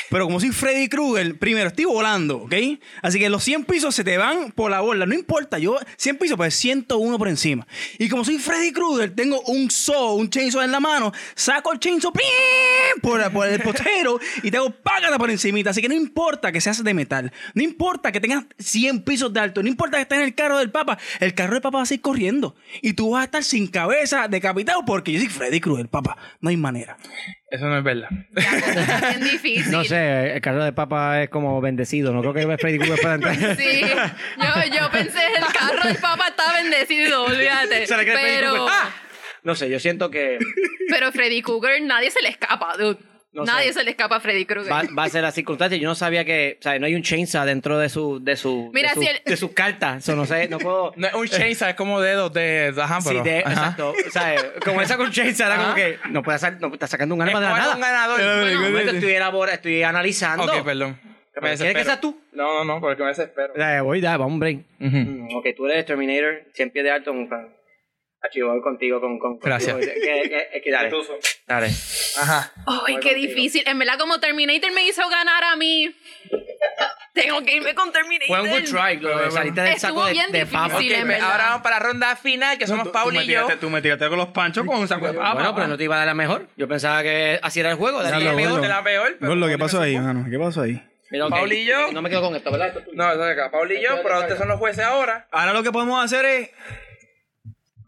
Speaker 4: Pero como soy Freddy Krueger, primero estoy volando, ¿ok? Así que los 100 pisos se te van por la borda. No importa, yo 100 pisos, pues 101 por encima. Y como soy Freddy Krueger, tengo un saw, un chainsaw en la mano. Saco el chainsaw ¡pim! por, por el potero y te hago págata por encimita. Así que no importa que seas de metal. No importa que tengas 100 pisos de alto. No importa que estés en el carro del Papa. El carro del Papa va a seguir corriendo. Y tú vas a estar sin cabeza, decapitado, porque yo soy Freddy Krueger, Papa. No hay manera.
Speaker 3: Eso no es verdad.
Speaker 1: Está bien difícil.
Speaker 2: No sé, el carro de Papa es como bendecido. No creo que Freddy Krueger
Speaker 3: [LAUGHS]
Speaker 2: pueda entrar.
Speaker 1: Sí, yo, yo pensé el carro del papa está bendecido, olvídate.
Speaker 2: Se le cae Freddy
Speaker 1: Pero,
Speaker 2: Krueger. ¡Ah! No sé, yo siento que
Speaker 1: pero Freddy Krueger nadie se le escapa, dude.
Speaker 2: No sé.
Speaker 1: nadie se le escapa a Freddy Krueger.
Speaker 2: va, va a ser la circunstancia. Yo no sabía que, o sea, no hay un chainsaw dentro de su, de su,
Speaker 1: Mira,
Speaker 2: de, su
Speaker 1: si el-
Speaker 2: de sus cartas. Eso no sé, no puedo.
Speaker 3: [LAUGHS] No es un chainsaw, es como dedos Eh. de Zahan,
Speaker 2: Sí, de- exacto. O sea, como esa con chainsaw era como
Speaker 3: Ajá.
Speaker 2: que no puede sacar, no está sacando un arma de la
Speaker 3: Es
Speaker 2: nada.
Speaker 3: un ganador.
Speaker 2: Bueno,
Speaker 3: Bueno,
Speaker 2: no es que estoy, elabora, estoy analizando.
Speaker 3: Ok, perdón. Me
Speaker 2: ¿Quieres
Speaker 3: desespero.
Speaker 2: que seas tú?
Speaker 3: No, no, no, porque me desespero.
Speaker 2: Eh, voy, dale, vamos, Brain.
Speaker 3: Ujú.
Speaker 2: Mm, Ok, tú eres Terminator, 100 pies de alto. Un fan. Achivo, voy contigo con. con con-
Speaker 3: Gracias.
Speaker 2: Es que- es que- es que dale. Dale.
Speaker 3: Ajá.
Speaker 1: Ay, qué difícil. En verdad, como Terminator me hizo ganar a mí, tengo que irme con Terminator.
Speaker 2: Fue un good try, lo de salirte del
Speaker 1: Estuvo
Speaker 2: saco de,
Speaker 1: bien
Speaker 2: de papa.
Speaker 1: difícil,
Speaker 3: Ok,
Speaker 1: en
Speaker 3: pues
Speaker 1: verdad.
Speaker 3: ahora vamos para la ronda final, que somos Paul y yo.
Speaker 4: tú me tiraste con los panchos con un saco de papa.
Speaker 2: Bueno, pero no te iba a dar la mejor. Yo pensaba que así era el juego. Daría
Speaker 4: Dale,
Speaker 2: la peor.
Speaker 4: gordo.
Speaker 3: Te la peor. pero-
Speaker 4: Gordo, ¿qué pasó ahí, mano? ¿Qué pasó ahí?
Speaker 2: Mira, ok,
Speaker 3: Paul y yo.
Speaker 2: No me quedo con esto, ¿verdad? Esto es tuyo.
Speaker 3: No, eso es acá. Paul y yo, pero ustedes son los jueces ahora.
Speaker 4: Ahora lo que podemos hacer es.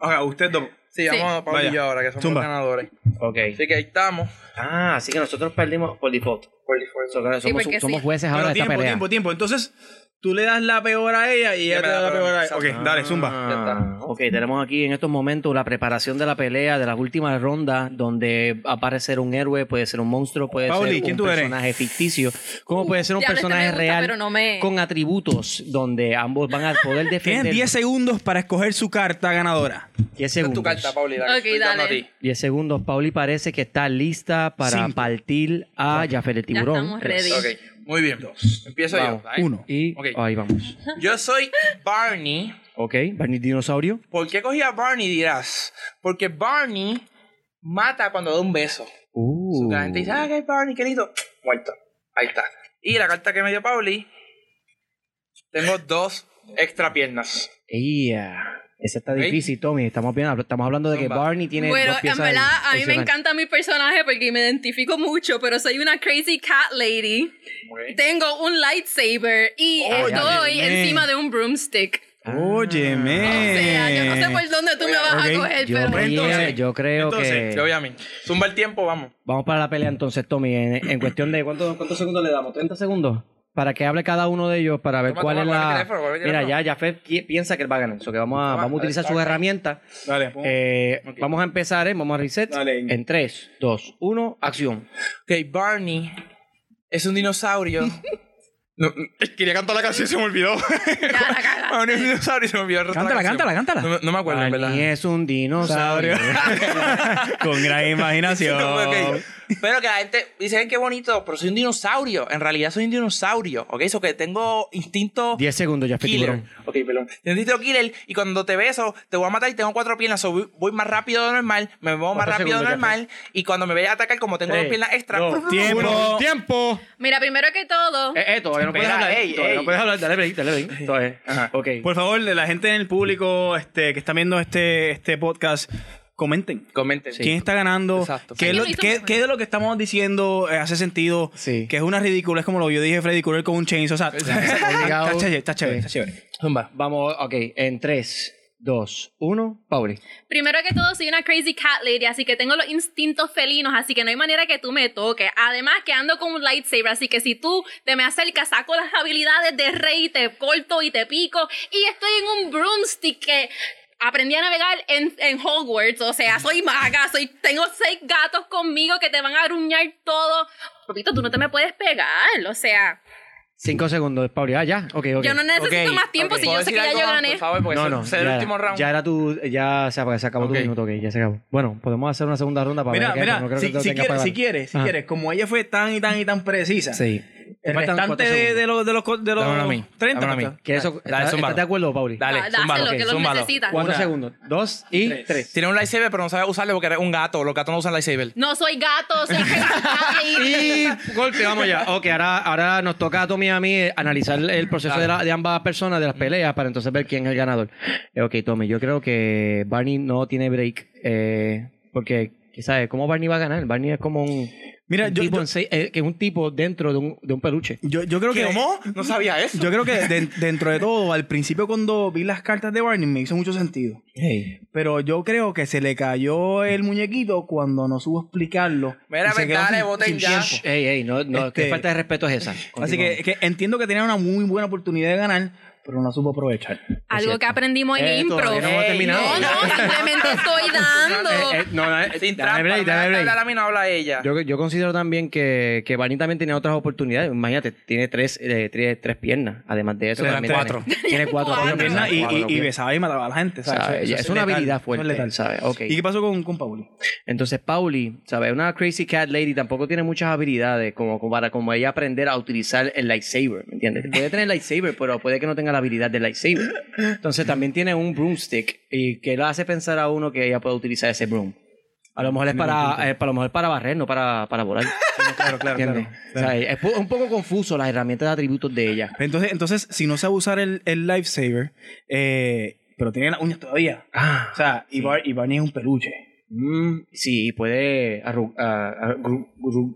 Speaker 4: Oiga, usted dos.
Speaker 3: Sí, vamos a Paul
Speaker 4: Vaya.
Speaker 3: y yo ahora, que somos
Speaker 4: Zumba.
Speaker 3: los ganadores.
Speaker 2: Ok.
Speaker 3: Así que ahí estamos.
Speaker 2: Ah, así que nosotros perdimos por default.
Speaker 3: Por default.
Speaker 2: So, claro,
Speaker 1: Sí,
Speaker 2: somos,
Speaker 1: porque sí.
Speaker 2: somos jueces ahora
Speaker 4: Pero
Speaker 2: de esta
Speaker 4: tiempo,
Speaker 2: pelea.
Speaker 4: tiempo, tiempo. Entonces, tú le das la peor a ella y ella te
Speaker 3: me da
Speaker 4: da la
Speaker 3: la
Speaker 4: peor a ella.
Speaker 3: peor.
Speaker 4: Ok, dale, zumba.
Speaker 3: Ya está.
Speaker 2: Ah, Ok, tenemos aquí en estos momentos la preparación de la pelea, de las últimas rondas, donde aparecer un héroe, puede ser un monstruo, puede
Speaker 4: Pauli,
Speaker 2: ser
Speaker 4: ¿quién
Speaker 2: un
Speaker 4: tú eres?
Speaker 2: personaje ficticio, como puede ser un
Speaker 1: diablo, este me
Speaker 2: personaje
Speaker 1: gusta,
Speaker 2: real
Speaker 1: pero no me-
Speaker 2: con atributos donde ambos van a poder defender.
Speaker 4: Tienes 10 segundos para escoger su carta ganadora.
Speaker 2: 10
Speaker 3: Esta es tu carta,
Speaker 2: segundos.
Speaker 3: Paul y la que
Speaker 1: Ok,
Speaker 3: estoy dando a
Speaker 1: dale.
Speaker 3: ti.
Speaker 2: 10 segundos. Pauli parece que está lista para
Speaker 4: Cinco.
Speaker 2: partir a Jafet el tiburón.
Speaker 1: estamos ready.
Speaker 2: Tres.
Speaker 3: Ok, muy bien. Empiezo
Speaker 2: Vamos,
Speaker 3: yo. Ahí.
Speaker 4: Uno.
Speaker 2: Y
Speaker 3: Ok.
Speaker 2: ahí vamos.
Speaker 3: Yo soy Barney.
Speaker 2: Ok, Barney Dinosaurio.
Speaker 3: ¿Por qué cogí a Barney, dirás? Porque Barney mata cuando da un beso.
Speaker 2: Uh.
Speaker 3: La gente dice, ah, que Barney, qué lindo. Muerto. Ahí está. Y la carta que me dio Pauli, tengo dos extra piernas.
Speaker 2: Yeah. Esa ah, está
Speaker 3: ¿Ok?
Speaker 2: difícil, Tommy. Estamos, bien, estamos hablando de que
Speaker 3: Zumba.
Speaker 2: Barney tiene.
Speaker 1: Bueno,
Speaker 2: dos
Speaker 1: en
Speaker 2: piezas
Speaker 1: verdad, a mí me
Speaker 2: adicionales.
Speaker 1: encanta mi personaje porque me identifico mucho, pero soy una crazy cat lady. Tengo un lightsaber y
Speaker 2: Oh,
Speaker 1: estoy
Speaker 4: ya, bien.
Speaker 1: encima de un broomstick.
Speaker 4: Óyeme.
Speaker 1: O sea, yo no sé por dónde tú me vas
Speaker 4: Eh. ok,
Speaker 1: a coger,
Speaker 2: Yo,
Speaker 1: pero.
Speaker 2: creo-
Speaker 4: entonces,
Speaker 2: yo creo
Speaker 4: entonces,
Speaker 2: que.
Speaker 3: Yo voy a mí. Zumba el tiempo, vamos.
Speaker 2: Vamos para la pelea entonces, Tommy. En, en cuestión de ¿cuántos, cuántos segundos le damos, 30 segundos. Para que hable cada uno de ellos, para ver
Speaker 3: Toma,
Speaker 2: cuál
Speaker 3: toma,
Speaker 2: es
Speaker 3: guarda
Speaker 2: la.
Speaker 3: el teléfono, guarda el
Speaker 2: Mira,
Speaker 3: teléfono.
Speaker 2: ya, ya Feb qui- piensa que él va a ganar. So que vamos a,
Speaker 3: Toma,
Speaker 2: vamos a utilizar sus
Speaker 3: dale.
Speaker 2: herramientas.
Speaker 4: Dale, pum.
Speaker 2: Eh, Vamos a empezar, ¿eh? Vamos a reset.
Speaker 4: Dale.
Speaker 2: En 3, 2, 1, acción.
Speaker 3: Ok, Barney es un dinosaurio. [LAUGHS] No, quería cantar la canción y se me olvidó.
Speaker 1: Ya, la cagaste.
Speaker 3: [LAUGHS] Barney es un dinosaurio y se me olvidó el resto de
Speaker 4: Cántala,
Speaker 3: la canción.
Speaker 4: cántala, cántala.
Speaker 3: No, me- no me acuerdo, en
Speaker 2: Barney
Speaker 3: verdad.
Speaker 2: es un dinosaurio. [LAUGHS]
Speaker 4: Con gran imaginación.
Speaker 3: Ok. Pero que la gente dice, "Ven qué bonito, pero soy un dinosaurio. En realidad soy un dinosaurio, ¿ok? Eso que tengo instinto
Speaker 2: 10 segundos, ya,
Speaker 3: killer.
Speaker 2: tiburón.
Speaker 3: Ok, perdón. Tengo instinto killer y cuando te beso, te voy a matar y tengo cuatro piernas. so voy, voy más rápido de lo normal, me muevo más
Speaker 2: Cuatro
Speaker 3: rápido de lo
Speaker 2: segundos, ya,
Speaker 3: normal y cuando me vaya a atacar, como tengo dos
Speaker 2: Tres,
Speaker 3: piernas extra...
Speaker 2: dos,
Speaker 4: Tiempo.
Speaker 2: uno, ¡Tiempo!
Speaker 1: Mira, primero que todo,
Speaker 2: Eh, eh, todavía no puedes
Speaker 3: Espera,
Speaker 2: hablar.
Speaker 3: ey,
Speaker 2: todavía
Speaker 3: ey.
Speaker 2: no puedes hablar. Dale, break, dale, break. Todavía.
Speaker 3: Ajá.
Speaker 2: Ok.
Speaker 4: Por favor, de la gente en el público este, que está viendo este, este podcast, comenten.
Speaker 3: Comenten.
Speaker 2: Sí.
Speaker 4: ¿Quién está ganando?
Speaker 3: Exacto.
Speaker 4: ¿Qué,
Speaker 1: Sí,
Speaker 4: es lo-
Speaker 1: yo lo hice
Speaker 4: qué-
Speaker 1: mejor.
Speaker 4: qué de lo que estamos diciendo eh, hace sentido?
Speaker 2: Sí.
Speaker 4: Que es una ridícula, es como lo yo dije Freddy Krueger con un chainsaw. O sea, [LAUGHS] está,
Speaker 2: Obligado.
Speaker 4: chévere, está chévere, está chévere.
Speaker 2: Zumba. Vamos, ok. En 3, 2, 1, Pauli.
Speaker 1: primero que todo, soy una crazy cat lady, así que tengo los instintos felinos, así que no hay manera que tú me toques. Además, que ando con un lightsaber, así que si tú te me acercas, saco las habilidades de rey, te corto y te pico. Y estoy en un broomstick que. Aprendí a navegar en, en Hogwarts, o sea, soy maga, soy, tengo seis gatos conmigo que te van a aruñar todo. Papito, tú no te me puedes pegar, o sea,
Speaker 2: 5 segundos, Pauli. Ah, ya. Ok, ok.
Speaker 1: yo no necesito
Speaker 3: Ok,
Speaker 1: más tiempo
Speaker 3: ok.
Speaker 1: si
Speaker 3: ¿Puedo
Speaker 1: yo sé que
Speaker 3: decir
Speaker 1: ya
Speaker 3: algo
Speaker 1: yo
Speaker 3: más,
Speaker 1: gané.
Speaker 3: Por favor, porque
Speaker 2: No,
Speaker 3: ese-
Speaker 2: no,
Speaker 7: Pues,
Speaker 3: ese es el
Speaker 2: ya
Speaker 3: último
Speaker 2: era,
Speaker 3: round.
Speaker 2: ya era tu, ya se, se acabó
Speaker 3: Ok.
Speaker 2: tu minuto, ok, ya se acabó. Bueno, podemos hacer una segunda ronda para
Speaker 4: Mira,
Speaker 2: ver qué-
Speaker 4: mira,
Speaker 2: pero no creo que
Speaker 4: si,
Speaker 2: tú
Speaker 4: si
Speaker 2: tengas
Speaker 4: quieres,
Speaker 2: para
Speaker 4: si
Speaker 2: ganar.
Speaker 4: quieres, si
Speaker 2: Ajá.
Speaker 4: quieres, como ella fue tan y tan y tan precisa,
Speaker 2: Sí.
Speaker 4: el
Speaker 2: Faltan
Speaker 4: restante
Speaker 2: cuatro
Speaker 4: de,
Speaker 2: segundos.
Speaker 4: de los, de los, co- de los
Speaker 3: Dámelo a mí,
Speaker 4: 30.
Speaker 3: dámelo a mí.
Speaker 2: ¿Quieres eso-
Speaker 3: Dale,
Speaker 2: ¿Estás
Speaker 3: zúmbalo.
Speaker 2: estás de acuerdo, Pauli?
Speaker 3: Dale,
Speaker 1: Ah,
Speaker 3: zúmbalo,
Speaker 1: dáselo, que los
Speaker 3: zúmbalo.
Speaker 1: necesitan.
Speaker 2: Cuatro
Speaker 1: Una,
Speaker 2: segundos. Dos y tres.
Speaker 3: Tiene un lightsaber, pero no sabe usarlo porque eres un gato. Los gatos no usan lightsaber.
Speaker 1: No soy gato,
Speaker 2: [LAUGHS]
Speaker 1: soy crazy cat lady.
Speaker 2: Y golpe, vamos ya. Ok, ahora, ahora nos toca a Tommy y a mí eh, analizar el proceso de, la- de ambas personas, de las peleas, para entonces ver quién es el ganador. Eh, ok, Tommy, yo creo que Barney no tiene break, eh, porque, ¿sabes? ¿Cómo Barney va a ganar? Barney es como un,
Speaker 4: Mira,
Speaker 2: un
Speaker 4: yo-
Speaker 2: tipo
Speaker 4: yo-
Speaker 2: en seis- eh, que es un tipo dentro de un, de un peluche.
Speaker 4: Yo, yo creo que.
Speaker 3: ¿Cómo? No sabía eso.
Speaker 4: Yo creo que de- dentro de todo, al principio cuando vi las cartas de Barney me hizo mucho sentido. Pero yo creo que se le cayó el muñequito cuando no supo explicarlo.
Speaker 3: Mira,
Speaker 4: Y se
Speaker 3: pues,
Speaker 4: quedó
Speaker 3: dale,
Speaker 4: sin-
Speaker 3: voten
Speaker 4: sin
Speaker 3: ya.
Speaker 4: tiempo.
Speaker 2: Ey, ey, no, no,
Speaker 4: Este-
Speaker 2: qué falta de respeto es esa.
Speaker 4: Así que, que entiendo que tenía una muy buena oportunidad de ganar, pero no supo aprovechar.
Speaker 1: Algo que aprendimos en
Speaker 2: Eh,
Speaker 1: improv.
Speaker 2: todavía no hemos terminado.
Speaker 1: no, no,
Speaker 3: [LAUGHS]
Speaker 1: simplemente estoy dando.
Speaker 2: Eh, eh, no, no, eh,
Speaker 3: Sin
Speaker 2: dame
Speaker 3: trampa. no
Speaker 2: break,
Speaker 3: me
Speaker 2: dame
Speaker 3: dejas
Speaker 2: break.
Speaker 3: hablar a mí, no habla ella.
Speaker 2: Yo, yo considero también que, que Barney también tenía otras oportunidades. Imagínate, tiene tres, eh, tres, tres piernas. Además de eso,
Speaker 3: Tres,
Speaker 2: también
Speaker 3: cuatro.
Speaker 4: [LAUGHS]
Speaker 2: Tiene, tiene cuatro,
Speaker 1: Cuatro.
Speaker 2: piernas.
Speaker 4: Pierna y,
Speaker 2: Cuatro
Speaker 4: y, y
Speaker 2: piernas.
Speaker 4: besaba y mataba a la gente. ¿sabes?
Speaker 2: ¿Sabes?
Speaker 4: Eso-
Speaker 2: Ya,
Speaker 4: eso
Speaker 2: es una
Speaker 4: letal,
Speaker 2: habilidad
Speaker 4: eso es
Speaker 2: fuerte,
Speaker 4: letal.
Speaker 2: ¿sabes? Ok.
Speaker 4: ¿Y qué pasó con, con
Speaker 2: [LAUGHS]
Speaker 4: Pauli?
Speaker 2: Entonces, Pauli, ¿sabes? Una crazy cat lady tampoco tiene muchas habilidades como, como para como ella aprender a utilizar el lightsaber, ¿me entiendes? Puede tener lightsaber, pero puede que no tenga la habilidad del lightsaber. Entonces, también tiene un broomstick y que lo hace pensar a uno que ella puede utilizar ese broom. A lo mejor es para, eh, para- a lo mejor para barrer, no para, para volar.
Speaker 4: Claro, claro,
Speaker 2: ¿Entiendes? O sea, es po- un poco confuso las herramientas de atributos de ella.
Speaker 4: Entonces, entonces, si no sabe usar el, el lifesaver, eh, pero tiene las uñas todavía. o sea, y, Bar- y Barney es un peluche.
Speaker 2: Mm, Sí, puede, arru- ah, ah, gru- gru-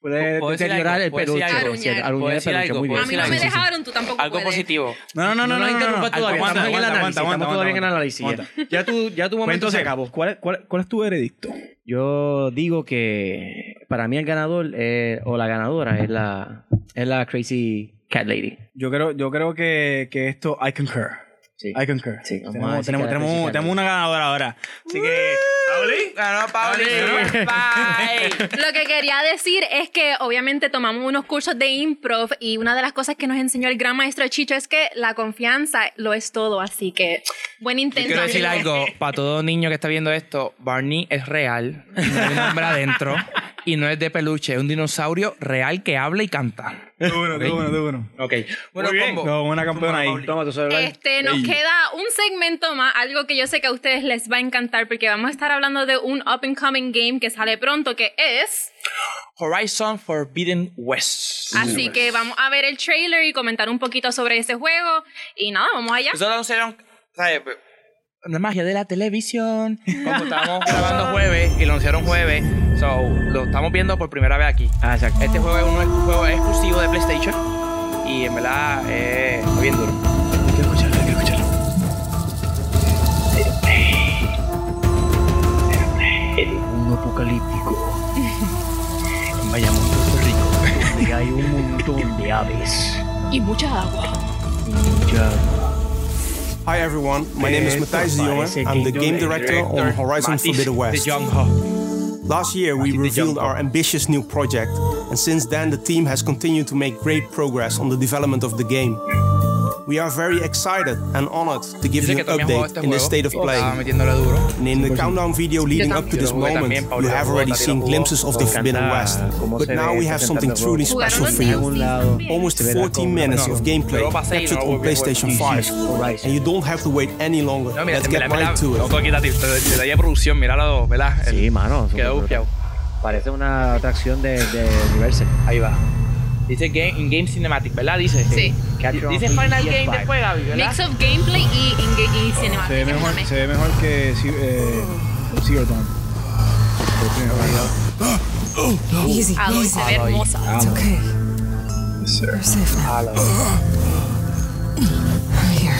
Speaker 2: puede
Speaker 3: ¿Puedo decir
Speaker 2: deteriorar
Speaker 3: algo?
Speaker 2: el
Speaker 3: ¿Puedo decir
Speaker 2: peluche.
Speaker 1: algo?
Speaker 2: sí,
Speaker 1: Aruñar.
Speaker 2: aruñar el
Speaker 3: ¿Puedo decir
Speaker 2: peluche,
Speaker 3: algo?
Speaker 2: muy bien.
Speaker 1: A mí no
Speaker 3: eh, Sí,
Speaker 1: me
Speaker 3: sí, sí.
Speaker 1: dejaron, tú tampoco
Speaker 3: Algo
Speaker 1: puedes.
Speaker 3: positivo.
Speaker 4: No, no,
Speaker 2: No,
Speaker 4: no,
Speaker 2: no,
Speaker 4: no, no,
Speaker 2: interrumpas
Speaker 4: no.
Speaker 2: todavía.
Speaker 4: Aguanta,
Speaker 2: estamos en el
Speaker 4: aguanta,
Speaker 2: análisis.
Speaker 4: aguanta, aguanta,
Speaker 2: estamos todavía en el
Speaker 4: aguanta.
Speaker 2: análisis.
Speaker 4: Aguanta.
Speaker 2: Ya, Ya tu, ya tu momento
Speaker 4: Pues entonces,
Speaker 2: se acabó.
Speaker 4: ¿cuál, cuál, cuál es tu veredicto?
Speaker 2: Yo digo que para mí el ganador eh, o la ganadora es la, es la Crazy Cat Lady.
Speaker 4: Yo creo, yo creo que, que esto, I concur.
Speaker 2: Sí.
Speaker 4: I concur.
Speaker 2: Sí, vamos a
Speaker 4: tenemos,
Speaker 2: decir
Speaker 4: tenemos,
Speaker 2: que la
Speaker 4: tenemos,
Speaker 2: principal.
Speaker 4: tenemos una ganadora ahora. Así que, ¿Pauli?
Speaker 3: Ganó Pauli. Bye.
Speaker 1: Lo que quería decir es que obviamente tomamos unos cursos de improv y una de las cosas que nos enseñó el gran maestro Chicho es que la confianza lo es todo, así que buen intento.
Speaker 3: Quiero decir
Speaker 1: amigo.
Speaker 3: algo. Para todo niño que está viendo esto, Barney es real. No hay un hombre adentro. Y no es de peluche. Es un dinosaurio real que habla y canta.
Speaker 4: [LAUGHS] Tú uno, tú uno, tú uno.
Speaker 3: Ok. Bueno,
Speaker 4: Muy bien.
Speaker 3: combo.
Speaker 4: No, una campeona ahí.
Speaker 7: Toma tu celular.
Speaker 1: Este, nos queda un segmento más, algo que yo sé que a ustedes les va a encantar porque vamos a estar hablando de un up and coming game que sale pronto que es.
Speaker 3: Horizon Forbidden West.
Speaker 1: Así que vamos a ver el trailer y comentar un poquito sobre ese juego y nada, vamos allá.
Speaker 3: Eso lo anunciaron, ¿sabes? La magia de la televisión. Como estábamos grabando jueves y lo anunciaron jueves. So, lo estamos viendo por primera vez aquí.
Speaker 7: Ah, exacto.
Speaker 3: Este juego es un juego exclusivo de PlayStation. Y en verdad, eh, está bien duro.
Speaker 7: mundo apocalíptico. En Bayamón, Puerto Rico, donde hay un montón de aves. Y mucha agua.
Speaker 8: Hi everyone, my name is Matthijs de Jonge. I'm the game director on Horizon Forbidden West. Last year we revealed our ambitious new project, and since then the team has continued to make great progress on the development of the game. We are very excited and honored to give
Speaker 3: Dice
Speaker 8: you
Speaker 3: que
Speaker 8: an
Speaker 3: también jugó
Speaker 8: update
Speaker 3: este
Speaker 8: in the
Speaker 3: juego.
Speaker 8: state of play.
Speaker 3: Estaba metiéndole duro.
Speaker 8: And in the countdown video leading up to this moment, you have already seen glimpses of the Forbidden West, but now we have something truly special for you. Almost 14 minutes of gameplay captured on PlayStation 5, and you don't have to wait any longer.
Speaker 3: No, mira,
Speaker 8: Let's
Speaker 3: mira,
Speaker 8: get
Speaker 3: mira,
Speaker 8: right to
Speaker 3: no
Speaker 8: it.
Speaker 3: tengo quitativo, te, te daría producción, míralo, ¿verdad?
Speaker 7: Sí, mano. eso-
Speaker 3: Quedó bufiado.
Speaker 7: Parece una atracción de, de Universal.
Speaker 3: Ahí va. Dice game, in game cinematic, ¿verdad? Dice. eh,
Speaker 1: Sí.
Speaker 7: Capture
Speaker 3: Dice
Speaker 7: on
Speaker 3: final game
Speaker 7: PS5.
Speaker 3: después, Gaby, ¿verdad?
Speaker 1: Mix of gameplay y, y, y cinemática.
Speaker 4: Se ve mejor,
Speaker 1: Déjame.
Speaker 4: se ve mejor que Sea- eh, Cyberpunk. Por primera vez.
Speaker 9: Easy.
Speaker 1: Aloy
Speaker 9: easy.
Speaker 1: se ve hermosa.
Speaker 4: Ah,
Speaker 9: It's okay. You're safe now. I'm here.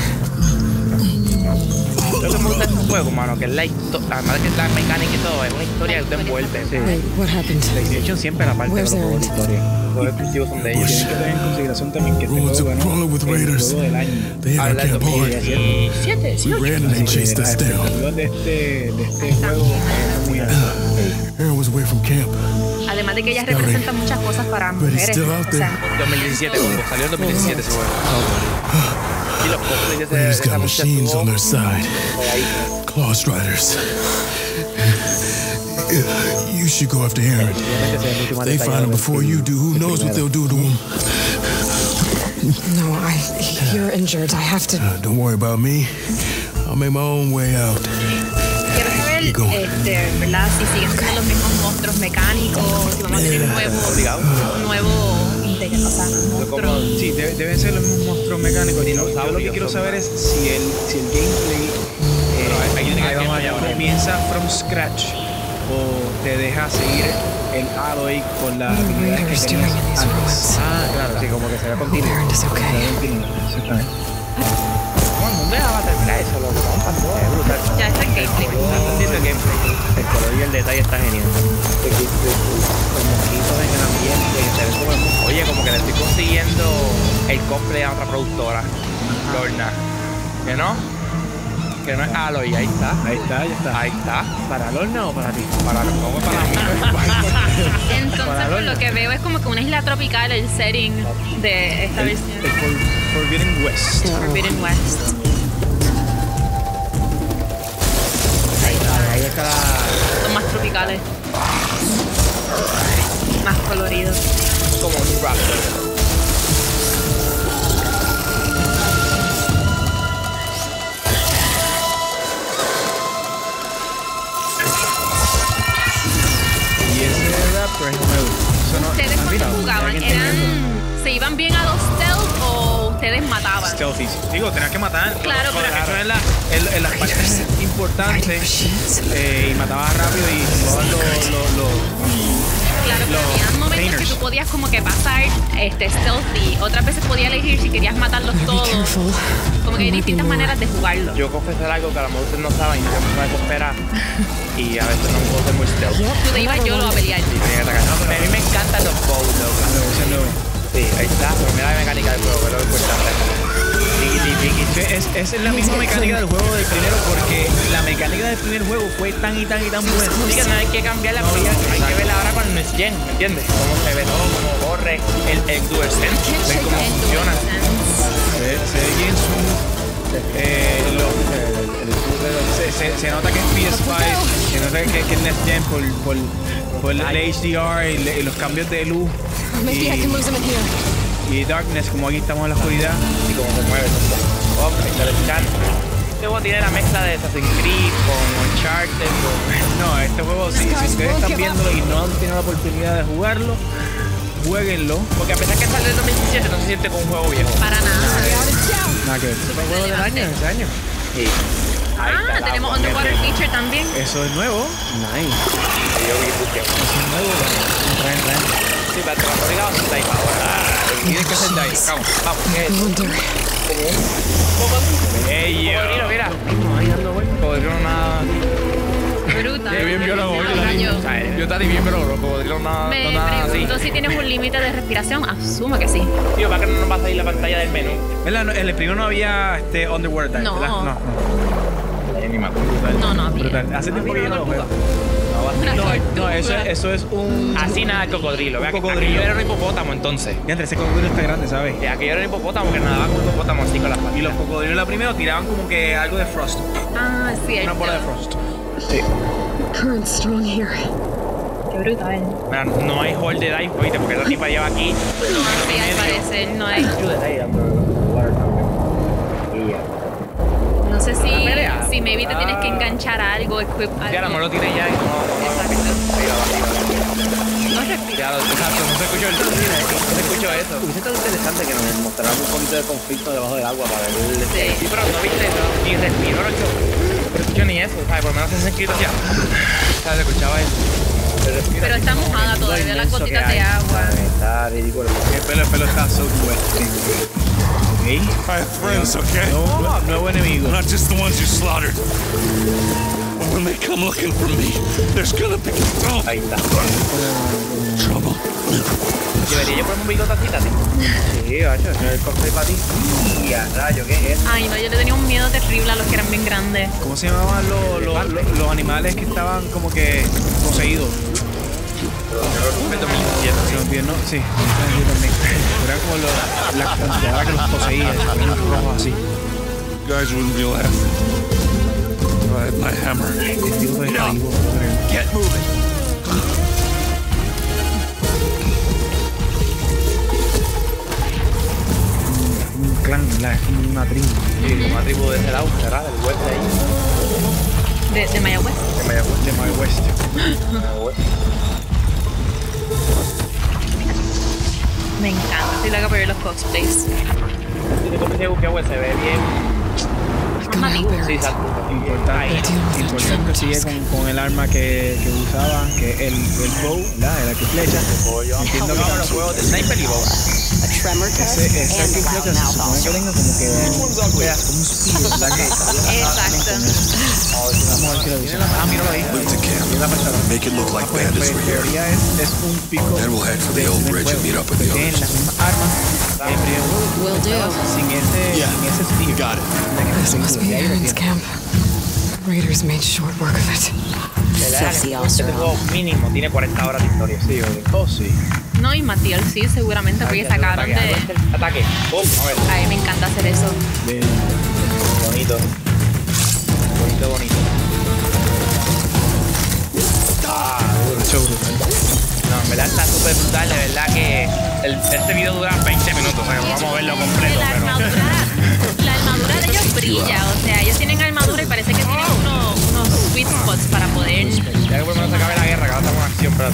Speaker 3: Lo que me gusta de este juego, mano, que es la historia, además de que la mecánica y todo, es una historia que te envuelve. Sí.
Speaker 9: Wait, what happened?
Speaker 7: PlayStation siempre la parte de
Speaker 9: Where's
Speaker 7: los juegos de
Speaker 9: Aaron?
Speaker 7: historia.
Speaker 3: Los exclusivos son de ellos.
Speaker 4: Tienes que tener en consideración también que este
Speaker 8: Oh,
Speaker 4: juego ganó el juego del año.
Speaker 3: Habla del 2017, sí.
Speaker 4: El juego de este, de este juego es muy alto.
Speaker 1: Además de que ella representa muchas cosas para
Speaker 4: este
Speaker 1: mujeres. O sea,
Speaker 3: 2017, cuando
Speaker 4: Ah,
Speaker 3: salió en 2017 ese juego. Y los cosplays de ese-
Speaker 7: Eh,
Speaker 3: de esa muchacha estuvo
Speaker 8: You should go after Aaron. They find him before you do. Who knows what they'll do to him?
Speaker 9: No, I. You're injured. I have to.
Speaker 8: Don't worry about me. I'll make my own way out.
Speaker 1: quiero saber, este, ¿verdad? Si siguen siendo los mismos monstruos mecánicos, si vamos a tener nuevos, nuevos integrantes, o sea, monstruos.
Speaker 4: Sí, debe- deben ser los mismos monstruos mecánicos. Yo, yo lo que quiero saber es si el, si el gameplay eh, ahí vamos allá, comienza from scratch o te deja seguir el Aloy con las
Speaker 9: What are we
Speaker 4: habilidades que tenías
Speaker 9: ever doing in these
Speaker 4: antes.
Speaker 9: ruins?
Speaker 7: Ah, claro, sí, como que será continuo.
Speaker 9: Aaron is okay.
Speaker 4: Exactamente.
Speaker 1: Ya está el gameplay.
Speaker 7: El color y el detalle está genial.
Speaker 3: Oye, como que le estoy consiguiendo el cosplay a otra productora, Lorna. ¿Que no? Que no es Aloy, ahí está.
Speaker 4: Ahí está, ya está.
Speaker 3: Ahí está.
Speaker 7: ¿Para Lorna o para ti?
Speaker 3: Para ¿cómo es para mí.
Speaker 1: Entonces, por lo que veo es como que una isla tropical, el setting de esta versión
Speaker 4: El For- Forbidden West.
Speaker 1: de Forbidden West.
Speaker 7: Ahí está la...
Speaker 1: Son más tropicales. Más coloridos.
Speaker 3: como un rap.
Speaker 4: Y ese rapper es nuevo. Eso no-
Speaker 1: ¿Ustedes cuando jugaban eran... se iban bien a los stealth o ustedes mataban?
Speaker 4: Stealthy. Digo, tenías que matar.
Speaker 1: Claro,
Speaker 4: Porque
Speaker 1: pero-
Speaker 4: Eso es la, el, el- las partes importantes. eh, y matabas rápido y jugabas los. los- los-
Speaker 1: Claro, pero
Speaker 4: los
Speaker 1: había momentos
Speaker 4: painters.
Speaker 1: que tú podías como que pasar este, stealthy. Otras veces podías elegir si querías matarlos
Speaker 9: Be
Speaker 1: todos.
Speaker 9: careful.
Speaker 1: Como que hay
Speaker 9: There might be
Speaker 1: distintas
Speaker 9: more.
Speaker 1: maneras de jugarlo.
Speaker 3: Yo confesar algo que a lo mejor ustedes no saben y yo me voy a cooperar. Y a veces no puedo ser muy stealth.
Speaker 9: Yep.
Speaker 1: Tú te ibas yo lo a pelear.
Speaker 3: Tenía que atacar. No, pero a mí me encantan los bows, loco.
Speaker 4: ese nuevo.
Speaker 3: Sí, ahí está. Pero mira la mecánica del juego, que es lo importante. Tiki, tiki, tiki.
Speaker 4: Que Es, es la misma mecánica del juego del primero porque la mecánica del primer juego fue tan y tan y tan buena.
Speaker 3: Sí, que no hay que cambiarla, pero ya hay que verla ahora con el Gen, ¿me entiendes? Cómo se ve todo, cómo corre, el, el DualSense, ven cómo funciona.
Speaker 4: Se, se ve bien su... eh, lo- se, se- se nota que es PS5, se nota que, que es Next Gen por, por, por el HDR y, le- y los cambios de luz.
Speaker 9: Maybe I can lose him in here.
Speaker 4: y Darkness, como aquí estamos en la oscuridad.
Speaker 7: Y como se mueve todo. Ok, pero el chan. Este juego tiene la mezcla de Assassin's Creed con Uncharted, con... [LAUGHS]
Speaker 4: No, este juego, sí, si ustedes están viéndolo y no han tenido la oportunidad de jugarlo, jueguenlo.
Speaker 7: Porque a pesar que salió en 2017, no se siente como un juego viejo.
Speaker 1: Para nada. Este
Speaker 4: Nada que ver.
Speaker 2: juego del año,
Speaker 4: este
Speaker 2: ese año.
Speaker 7: Sí. Ahí está
Speaker 1: Ah,
Speaker 7: el
Speaker 1: tenemos
Speaker 7: agua, mi
Speaker 1: Underwater
Speaker 7: gente.
Speaker 1: Feature también.
Speaker 4: Eso es nuevo.
Speaker 2: Nice.
Speaker 7: Yo vi que busqué.
Speaker 4: Traen, traen.
Speaker 7: Sí, pero te va a poner a un time ahora.
Speaker 4: Tienes que hacer dice. Vamos.
Speaker 7: Eh,
Speaker 9: Wonder.
Speaker 7: Cocodrilo, mira. Cocodrilo nada.
Speaker 1: Bruta.
Speaker 7: O sea, Yo te bien, pero los cocodrilos nada.
Speaker 1: Me
Speaker 7: no nada así.
Speaker 1: pregunto si tienes un límite de respiración. Asumo que sí.
Speaker 7: Tío, va que no nos va a salir la pantalla del menú.
Speaker 4: ¿Verdad? No, En el primero no había este Underwater Time,
Speaker 1: No.
Speaker 4: ¿verdad?
Speaker 1: No, no, bien.
Speaker 4: Brutal. Hace tiempo que yo no lo juego.
Speaker 1: Una
Speaker 4: No, no,
Speaker 1: tortuga.
Speaker 4: eso, eso es un.
Speaker 7: Así nada el cocodrilo. Vea que
Speaker 4: cocodrilo.
Speaker 7: aquello era un hipopótamo entonces.
Speaker 4: Ya entre ese cocodrilo está grande, ¿sabes?
Speaker 7: Ya, Aquello era un hipopótamo que nadaba con un hipopótamo así con las
Speaker 4: Y
Speaker 7: patas.
Speaker 4: los cocodrilos la primero tiraban como que algo de frost.
Speaker 1: Ah, es
Speaker 4: Una
Speaker 1: cierto.
Speaker 4: bola de frost.
Speaker 9: Current strong here.
Speaker 1: Qué brutal. No,
Speaker 7: Mira, no hay hold de dive, oíste, porque esa tipa lleva
Speaker 1: sí,
Speaker 7: aquí.
Speaker 1: al parecer no hay. No sé si, si maybe te tienes que enganchar a algo, equip
Speaker 7: Ah. Ya, la
Speaker 1: algo.
Speaker 7: mano lo tiene ya y no.
Speaker 1: Exacto.
Speaker 7: Ahí va, ahí va.
Speaker 1: No respira.
Speaker 7: Ya, lo- exacto, no se escuchó el no se escuchó eso.
Speaker 2: Hubiese estado interesante que nos mostraran un poquito de conflicto debajo del agua para ver el...
Speaker 7: Sí,
Speaker 1: Sí.
Speaker 7: pero no viste, no, ni respiró, no escuchó- no escuchó ni eso, ¿sabes? Por lo menos se escrito así. ah, ¿Sabes? Escuchaba eso.
Speaker 1: Pero está mojada todavía las gotitas de agua.
Speaker 2: Está ridículo.
Speaker 4: El pelo, el pelo está este. so wet. Ok.
Speaker 10: I have friends, okay?
Speaker 4: Nuevo, nuevo enemigo.
Speaker 10: Not just the ones you slaughtered. But when they come looking for me, there's gonna be trouble.
Speaker 7: Debería yo ponerme un bigote así, así.
Speaker 2: Sí, macho, eso es el cosplay para ti. Y a rayo, ¿qué es?
Speaker 1: Ay, no, yo le tenía un miedo terrible a los que eran bien grandes.
Speaker 4: ¿Cómo se llamaban los, los, los, los animales que estaban como que poseídos? Se me olvidó, ¿no? Sí, yo también. Eran como los, la cantidad que los poseía, se ponían rojos así.
Speaker 10: You guys wouldn't be laughing. But I have my hammer.
Speaker 4: Este tipo de enemigo, creo.
Speaker 10: Get moving.
Speaker 4: un clan, ¿verdad? Es como una tribu.
Speaker 7: Y como una tribu de ese lado, cerrada, del hueco ahí.
Speaker 1: De, de Mayagüez.
Speaker 4: De My West.
Speaker 1: [LAUGHS] Me encanta. Estoy loca por ver los cosplays.
Speaker 7: Si te comes de buque, güey, se ve bien.
Speaker 9: Come out where
Speaker 7: Sí,
Speaker 9: it
Speaker 7: exacto.
Speaker 4: Importante, importante que sigue con, con el arma que, que usaban, que el, el bow, ¿verdad? El arco y flecha. Entiendo que
Speaker 7: Vamos a los juegos de sniper y bow.
Speaker 4: ese, ese arco y flecha se supone que tenga como que un pedazo, como un spear, ¿verdad? Que-
Speaker 1: Exacto.
Speaker 4: Vamos a ver si lo usan. Ah, míralo ahí.
Speaker 10: Lift the camp. Make it look like
Speaker 4: Pues en
Speaker 10: bandits were here.
Speaker 4: teoría es, es un pico
Speaker 10: Then we'll head for the
Speaker 4: de-
Speaker 10: old
Speaker 4: de
Speaker 10: bridge and meet
Speaker 4: fuego,
Speaker 10: up with the
Speaker 4: que tienen
Speaker 10: others.
Speaker 4: las mismas armas que el primer juego,
Speaker 9: will do.
Speaker 4: sin ese,
Speaker 10: Yeah.
Speaker 4: sin ese spear.
Speaker 10: Got it.
Speaker 4: Mira que
Speaker 9: This
Speaker 4: se
Speaker 9: must be
Speaker 4: incluye ahí, lo
Speaker 9: Aaron's
Speaker 4: tiene.
Speaker 9: camp. Raiders made short work of it.
Speaker 7: Este juego mínimo tiene 40 horas de historia. Sí,
Speaker 4: Oh, sí.
Speaker 1: No, y Matiel sí, seguramente, porque sacaron
Speaker 7: Ataque,
Speaker 1: de.
Speaker 7: ataque. Boom, a ver.
Speaker 1: Ay, me encanta hacer eso.
Speaker 7: Bonito. Bonito, bonito. No, en verdad está súper brutal, de verdad que el- este video dura 20 minutos, o sea, vamos a verlo completo,
Speaker 1: La
Speaker 7: pero...
Speaker 1: armadura, la armadura de ellos brilla, o sea, ellos tienen armadura y parece que tienen unos, unos sweet spots para poder.
Speaker 7: Ya que por lo menos se acabe la guerra, que ahora estamos en acción, pero...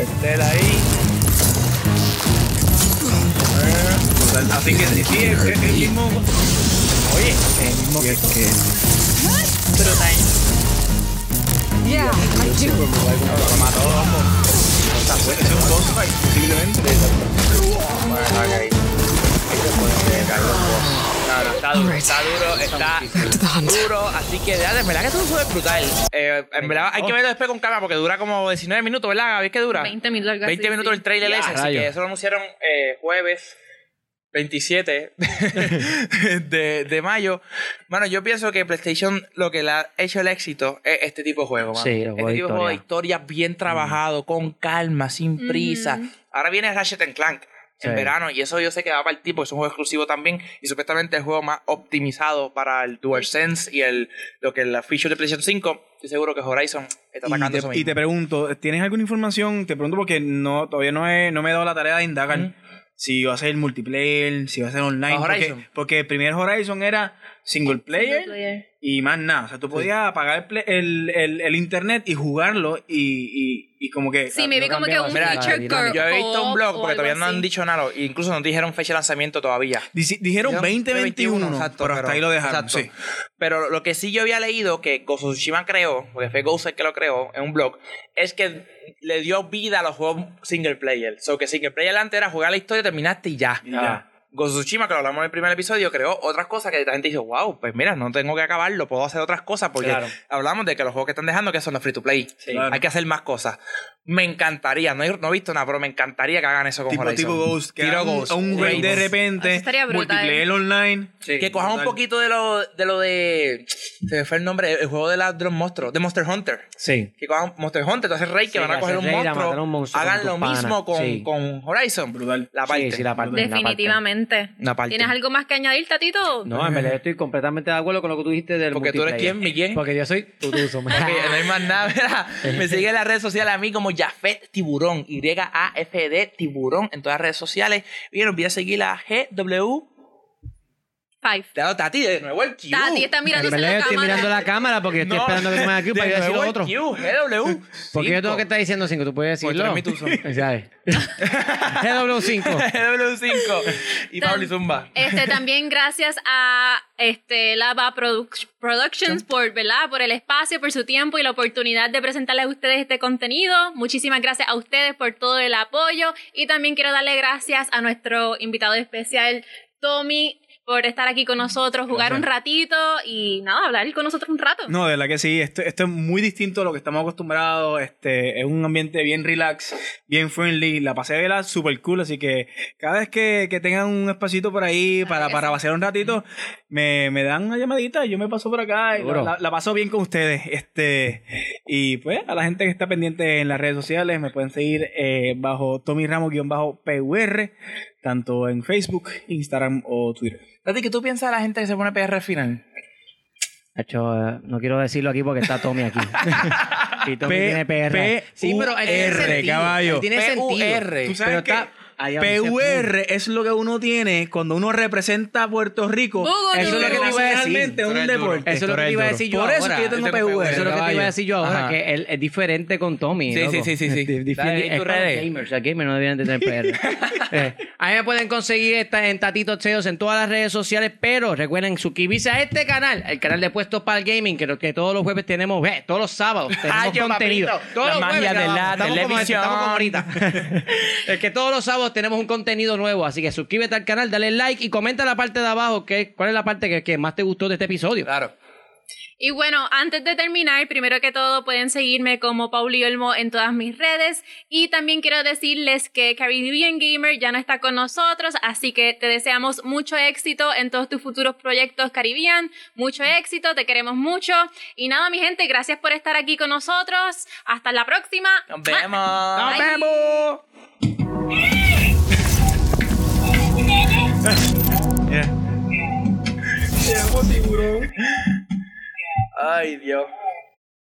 Speaker 7: Estel Este ahí.
Speaker 4: Así que sí, es, es el mismo.
Speaker 7: Oye,
Speaker 4: El mismo que, que
Speaker 1: Brutal.
Speaker 9: Yeah, I do.
Speaker 7: lo mató, loco.
Speaker 4: es un boss fight, posiblemente.
Speaker 7: Bueno, está ahí. Ahí se puede pegar los dos. No, no, está duro, está duro,
Speaker 9: Back to the
Speaker 7: está
Speaker 9: hunt.
Speaker 7: duro, así que de verdad que esto es súper brutal. Eh, en verdad hay que verlo después con calma porque dura como 19 minutos, ¿verdad? Gaby? ¿Qué
Speaker 3: Ah.
Speaker 7: dura?
Speaker 1: 20 minutos algo así,
Speaker 7: 20 minutos
Speaker 1: sí.
Speaker 7: el trailer ese, así
Speaker 2: rayos.
Speaker 7: que eso lo anunciaron eh, jueves
Speaker 3: [LAUGHS]
Speaker 7: 27 de, de mayo. Mano, yo pienso que PlayStation lo que le ha hecho el éxito es este tipo de juego, mano.
Speaker 2: Sí,
Speaker 7: este
Speaker 2: los
Speaker 7: tipo
Speaker 2: juegos de
Speaker 7: de juego de historia bien trabajado, con calma, sin prisa. Ahora viene Ratchet and Clank.
Speaker 3: en
Speaker 2: Sí.
Speaker 3: verano. Y eso yo sé que va para el tipo, es un juego exclusivo también. Y supuestamente es el juego más optimizado para el DualSense y el, lo que es la feature de PlayStation 5. Estoy seguro que Horizon está
Speaker 4: Y
Speaker 3: atacando
Speaker 4: te,
Speaker 3: eso
Speaker 4: y
Speaker 3: mismo.
Speaker 4: te pregunto, ¿tienes alguna información? Te pregunto porque no todavía no, he- no me he dado la tarea de indagar si va a ser multiplayer, si va a ser online.
Speaker 3: Ah,
Speaker 4: Porque,
Speaker 3: Horizon.
Speaker 4: porque el primer Horizon era single player, y más nada. O sea, tú podías apagar el, play- el, el- el internet y jugarlo y, y, y como que...
Speaker 1: Sí, me vi como que un
Speaker 2: Mira,
Speaker 1: feature
Speaker 2: yo
Speaker 1: girl.
Speaker 3: Yo he visto un
Speaker 1: co-op
Speaker 3: blog,
Speaker 1: o
Speaker 3: porque
Speaker 1: algo
Speaker 3: todavía no
Speaker 1: así.
Speaker 3: han dicho nada, e incluso no dijeron fecha de lanzamiento todavía.
Speaker 4: Dici- Dijeron 2021,
Speaker 3: exacto,
Speaker 4: pero hasta ahí lo dejaron.
Speaker 3: exacto.
Speaker 4: sí.
Speaker 3: Pero lo que sí yo había leído que Ghost of Tsushima creó, porque fue Ghost el que lo creó en un blog, es que le dio vida a los juegos single player. So que single player antes era jugar la historia, terminaste y ya.
Speaker 4: ya.
Speaker 3: Ghost of Tsushima, que lo hablamos en el primer episodio, creó otras cosas que la gente dice, wow, pues mira, no tengo que acabarlo, puedo hacer otras cosas, porque
Speaker 4: Claro.
Speaker 3: hablamos de que los juegos que están dejando que son los free to play.
Speaker 4: Claro.
Speaker 3: Hay que hacer más cosas. Me encantaría, no he, no he visto nada, pero me encantaría que hagan eso con
Speaker 4: Tipo,
Speaker 3: Horizon.
Speaker 4: tipo Ghost, que
Speaker 3: Tiro
Speaker 4: era un,
Speaker 3: Ghost.
Speaker 4: un raid de
Speaker 3: Ghost.
Speaker 1: Eso
Speaker 4: repente,
Speaker 1: estaría brutal.
Speaker 4: multiplayer online.
Speaker 3: que cojan un
Speaker 4: Total.
Speaker 3: poquito de lo de lo de se me fue el nombre el juego de, la- de los monstruos de Monster Hunter
Speaker 2: Sí.
Speaker 3: que cojan Monster Hunter entonces Rey que
Speaker 2: Sí,
Speaker 3: van a
Speaker 2: hacer
Speaker 3: coger un
Speaker 2: raid a
Speaker 3: monstruo,
Speaker 2: matar a un monstruo con
Speaker 3: hagan
Speaker 2: tus
Speaker 3: lo
Speaker 2: panas,
Speaker 3: mismo con,
Speaker 2: sí.
Speaker 3: con Horizon
Speaker 4: Brutal.
Speaker 3: la parte
Speaker 2: Sí, sí, la parte. la parte.
Speaker 1: Definitivamente.
Speaker 3: Una parte.
Speaker 1: ¿Tienes algo más que añadir, Tatito?
Speaker 2: No, en verdad yo estoy completamente de acuerdo con lo que tú dijiste del
Speaker 3: porque tú eres
Speaker 2: multiplayer.
Speaker 3: quién
Speaker 2: [LAUGHS]
Speaker 3: Miguel
Speaker 2: Porque yo soy
Speaker 3: [LAUGHS]
Speaker 2: tutuso.
Speaker 3: Ok, no hay más nada, mira.
Speaker 2: [LAUGHS]
Speaker 3: Me sigue en las redes sociales a mí como Jafet Tiburón, Y-A-F-D Tiburón en todas las redes sociales. Y no olvides seguir a GW.
Speaker 1: Five.
Speaker 3: Te hago Tati de nuevo el Q.
Speaker 1: Tati está
Speaker 2: En
Speaker 1: mirándose
Speaker 2: verdad yo
Speaker 1: la
Speaker 2: estoy mirando
Speaker 1: cámara.
Speaker 2: la cámara porque estoy
Speaker 3: No,
Speaker 2: esperando que tú me hagas aquí
Speaker 3: [LAUGHS]
Speaker 2: para
Speaker 3: de
Speaker 2: yo decir
Speaker 3: nuevo
Speaker 2: lo
Speaker 3: el
Speaker 2: otro.
Speaker 3: Q, GW.
Speaker 2: Porque yo tengo
Speaker 3: Cinco.
Speaker 2: que estar diciendo 5, tú puedes
Speaker 3: Porque tú
Speaker 2: decirlo.
Speaker 3: eres mi tuzo.
Speaker 2: [LAUGHS] ¿Sabes? GW5.
Speaker 3: GW5 y
Speaker 1: Tan-
Speaker 3: Pablo Zumba.
Speaker 1: Este, también gracias a este, Lava Produc- Productions por, ¿verdad? por el espacio, por su tiempo y la oportunidad de presentarles a ustedes este contenido. Muchísimas gracias a ustedes por todo el apoyo y también quiero darle gracias a nuestro invitado especial, Tommy, por estar aquí con nosotros, jugar un ratito y nada, hablar con nosotros un rato.
Speaker 4: No, de verdad que sí. Esto, esto es muy distinto a lo que estamos acostumbrados. Este, es un ambiente bien relax, bien friendly. La pasé de la super cool. Así que cada vez que, que tengan un espacito por ahí para,
Speaker 1: que
Speaker 4: para pasear un ratito, me, me dan una llamadita y yo me paso por acá. Y la,
Speaker 2: Seguro.
Speaker 4: la- la paso bien con ustedes. Este, y pues a la gente que está pendiente en las redes sociales, me pueden seguir eh, bajo Tommy Ramos-PUR, tanto en Facebook, Instagram o Twitter.
Speaker 3: Tati, ¿qué tú piensas de la gente que se pone PR al final?
Speaker 2: Hacho, eh, no quiero decirlo aquí porque está
Speaker 3: [LAUGHS]
Speaker 2: Tommy aquí. y Tommy
Speaker 4: P-
Speaker 2: tiene PR. sí, pero él tiene
Speaker 4: P-U-R,
Speaker 2: sentido,
Speaker 4: caballo.
Speaker 2: él tiene sentido.
Speaker 4: Tú
Speaker 3: PR.
Speaker 4: sabes
Speaker 2: Pero
Speaker 4: que
Speaker 2: está- ahí avanza el
Speaker 4: PUR es lo que uno tiene cuando uno representa a Puerto Rico.
Speaker 1: Bugo,
Speaker 4: Eso es lo que te iba a decir.
Speaker 2: Tú
Speaker 4: Es un deporte.
Speaker 2: Eso es lo que te iba a decir yo
Speaker 4: Por eso
Speaker 2: ahora.
Speaker 4: que yo tengo
Speaker 2: Eso
Speaker 4: PUR,
Speaker 2: es lo que te iba
Speaker 4: caballo.
Speaker 2: a decir yo ahora,
Speaker 4: Ajá.
Speaker 2: que él es diferente con Tommy.
Speaker 3: Sí,
Speaker 2: loco.
Speaker 3: sí, sí, sí, sí.
Speaker 2: Es di- dif-
Speaker 3: Dale,
Speaker 2: es
Speaker 3: tus
Speaker 2: para los
Speaker 3: redes.
Speaker 2: gamers. Los gamers no deberían de tener [LAUGHS] PR. Eh, A mí me pueden conseguir esta- en Tatito Cheos en todas las redes sociales, pero recuerden suscribirse a este canal, el canal de Puestos para el Gaming, que, lo- que todos los jueves tenemos, eh, todos los sábados tenemos
Speaker 3: yo,
Speaker 2: contenido.
Speaker 3: papito.
Speaker 2: Todos
Speaker 3: La
Speaker 2: los
Speaker 3: magia
Speaker 2: jueves
Speaker 3: de la
Speaker 2: estamos como- este,
Speaker 3: televisión.
Speaker 2: estamos como ahorita. [LAUGHS] es que todos los sábados tenemos un contenido nuevo, así que suscríbete al canal, dale like y comenta en la parte de abajo que, cuál es la parte que, que más te gustó de este episodio.
Speaker 3: Claro.
Speaker 1: Y bueno, antes de terminar, primero que todo pueden seguirme como Pauli Olmo en todas mis redes. Y también quiero decirles que Caribbean Gamer ya no está con nosotros, así que te deseamos mucho éxito en todos tus futuros proyectos Caribbean. Mucho éxito, te queremos mucho. Y nada, mi gente, gracias por estar aquí con nosotros. Hasta la próxima.
Speaker 3: Nos vemos.
Speaker 2: Ah,
Speaker 1: Bye.
Speaker 3: Ay, Dios.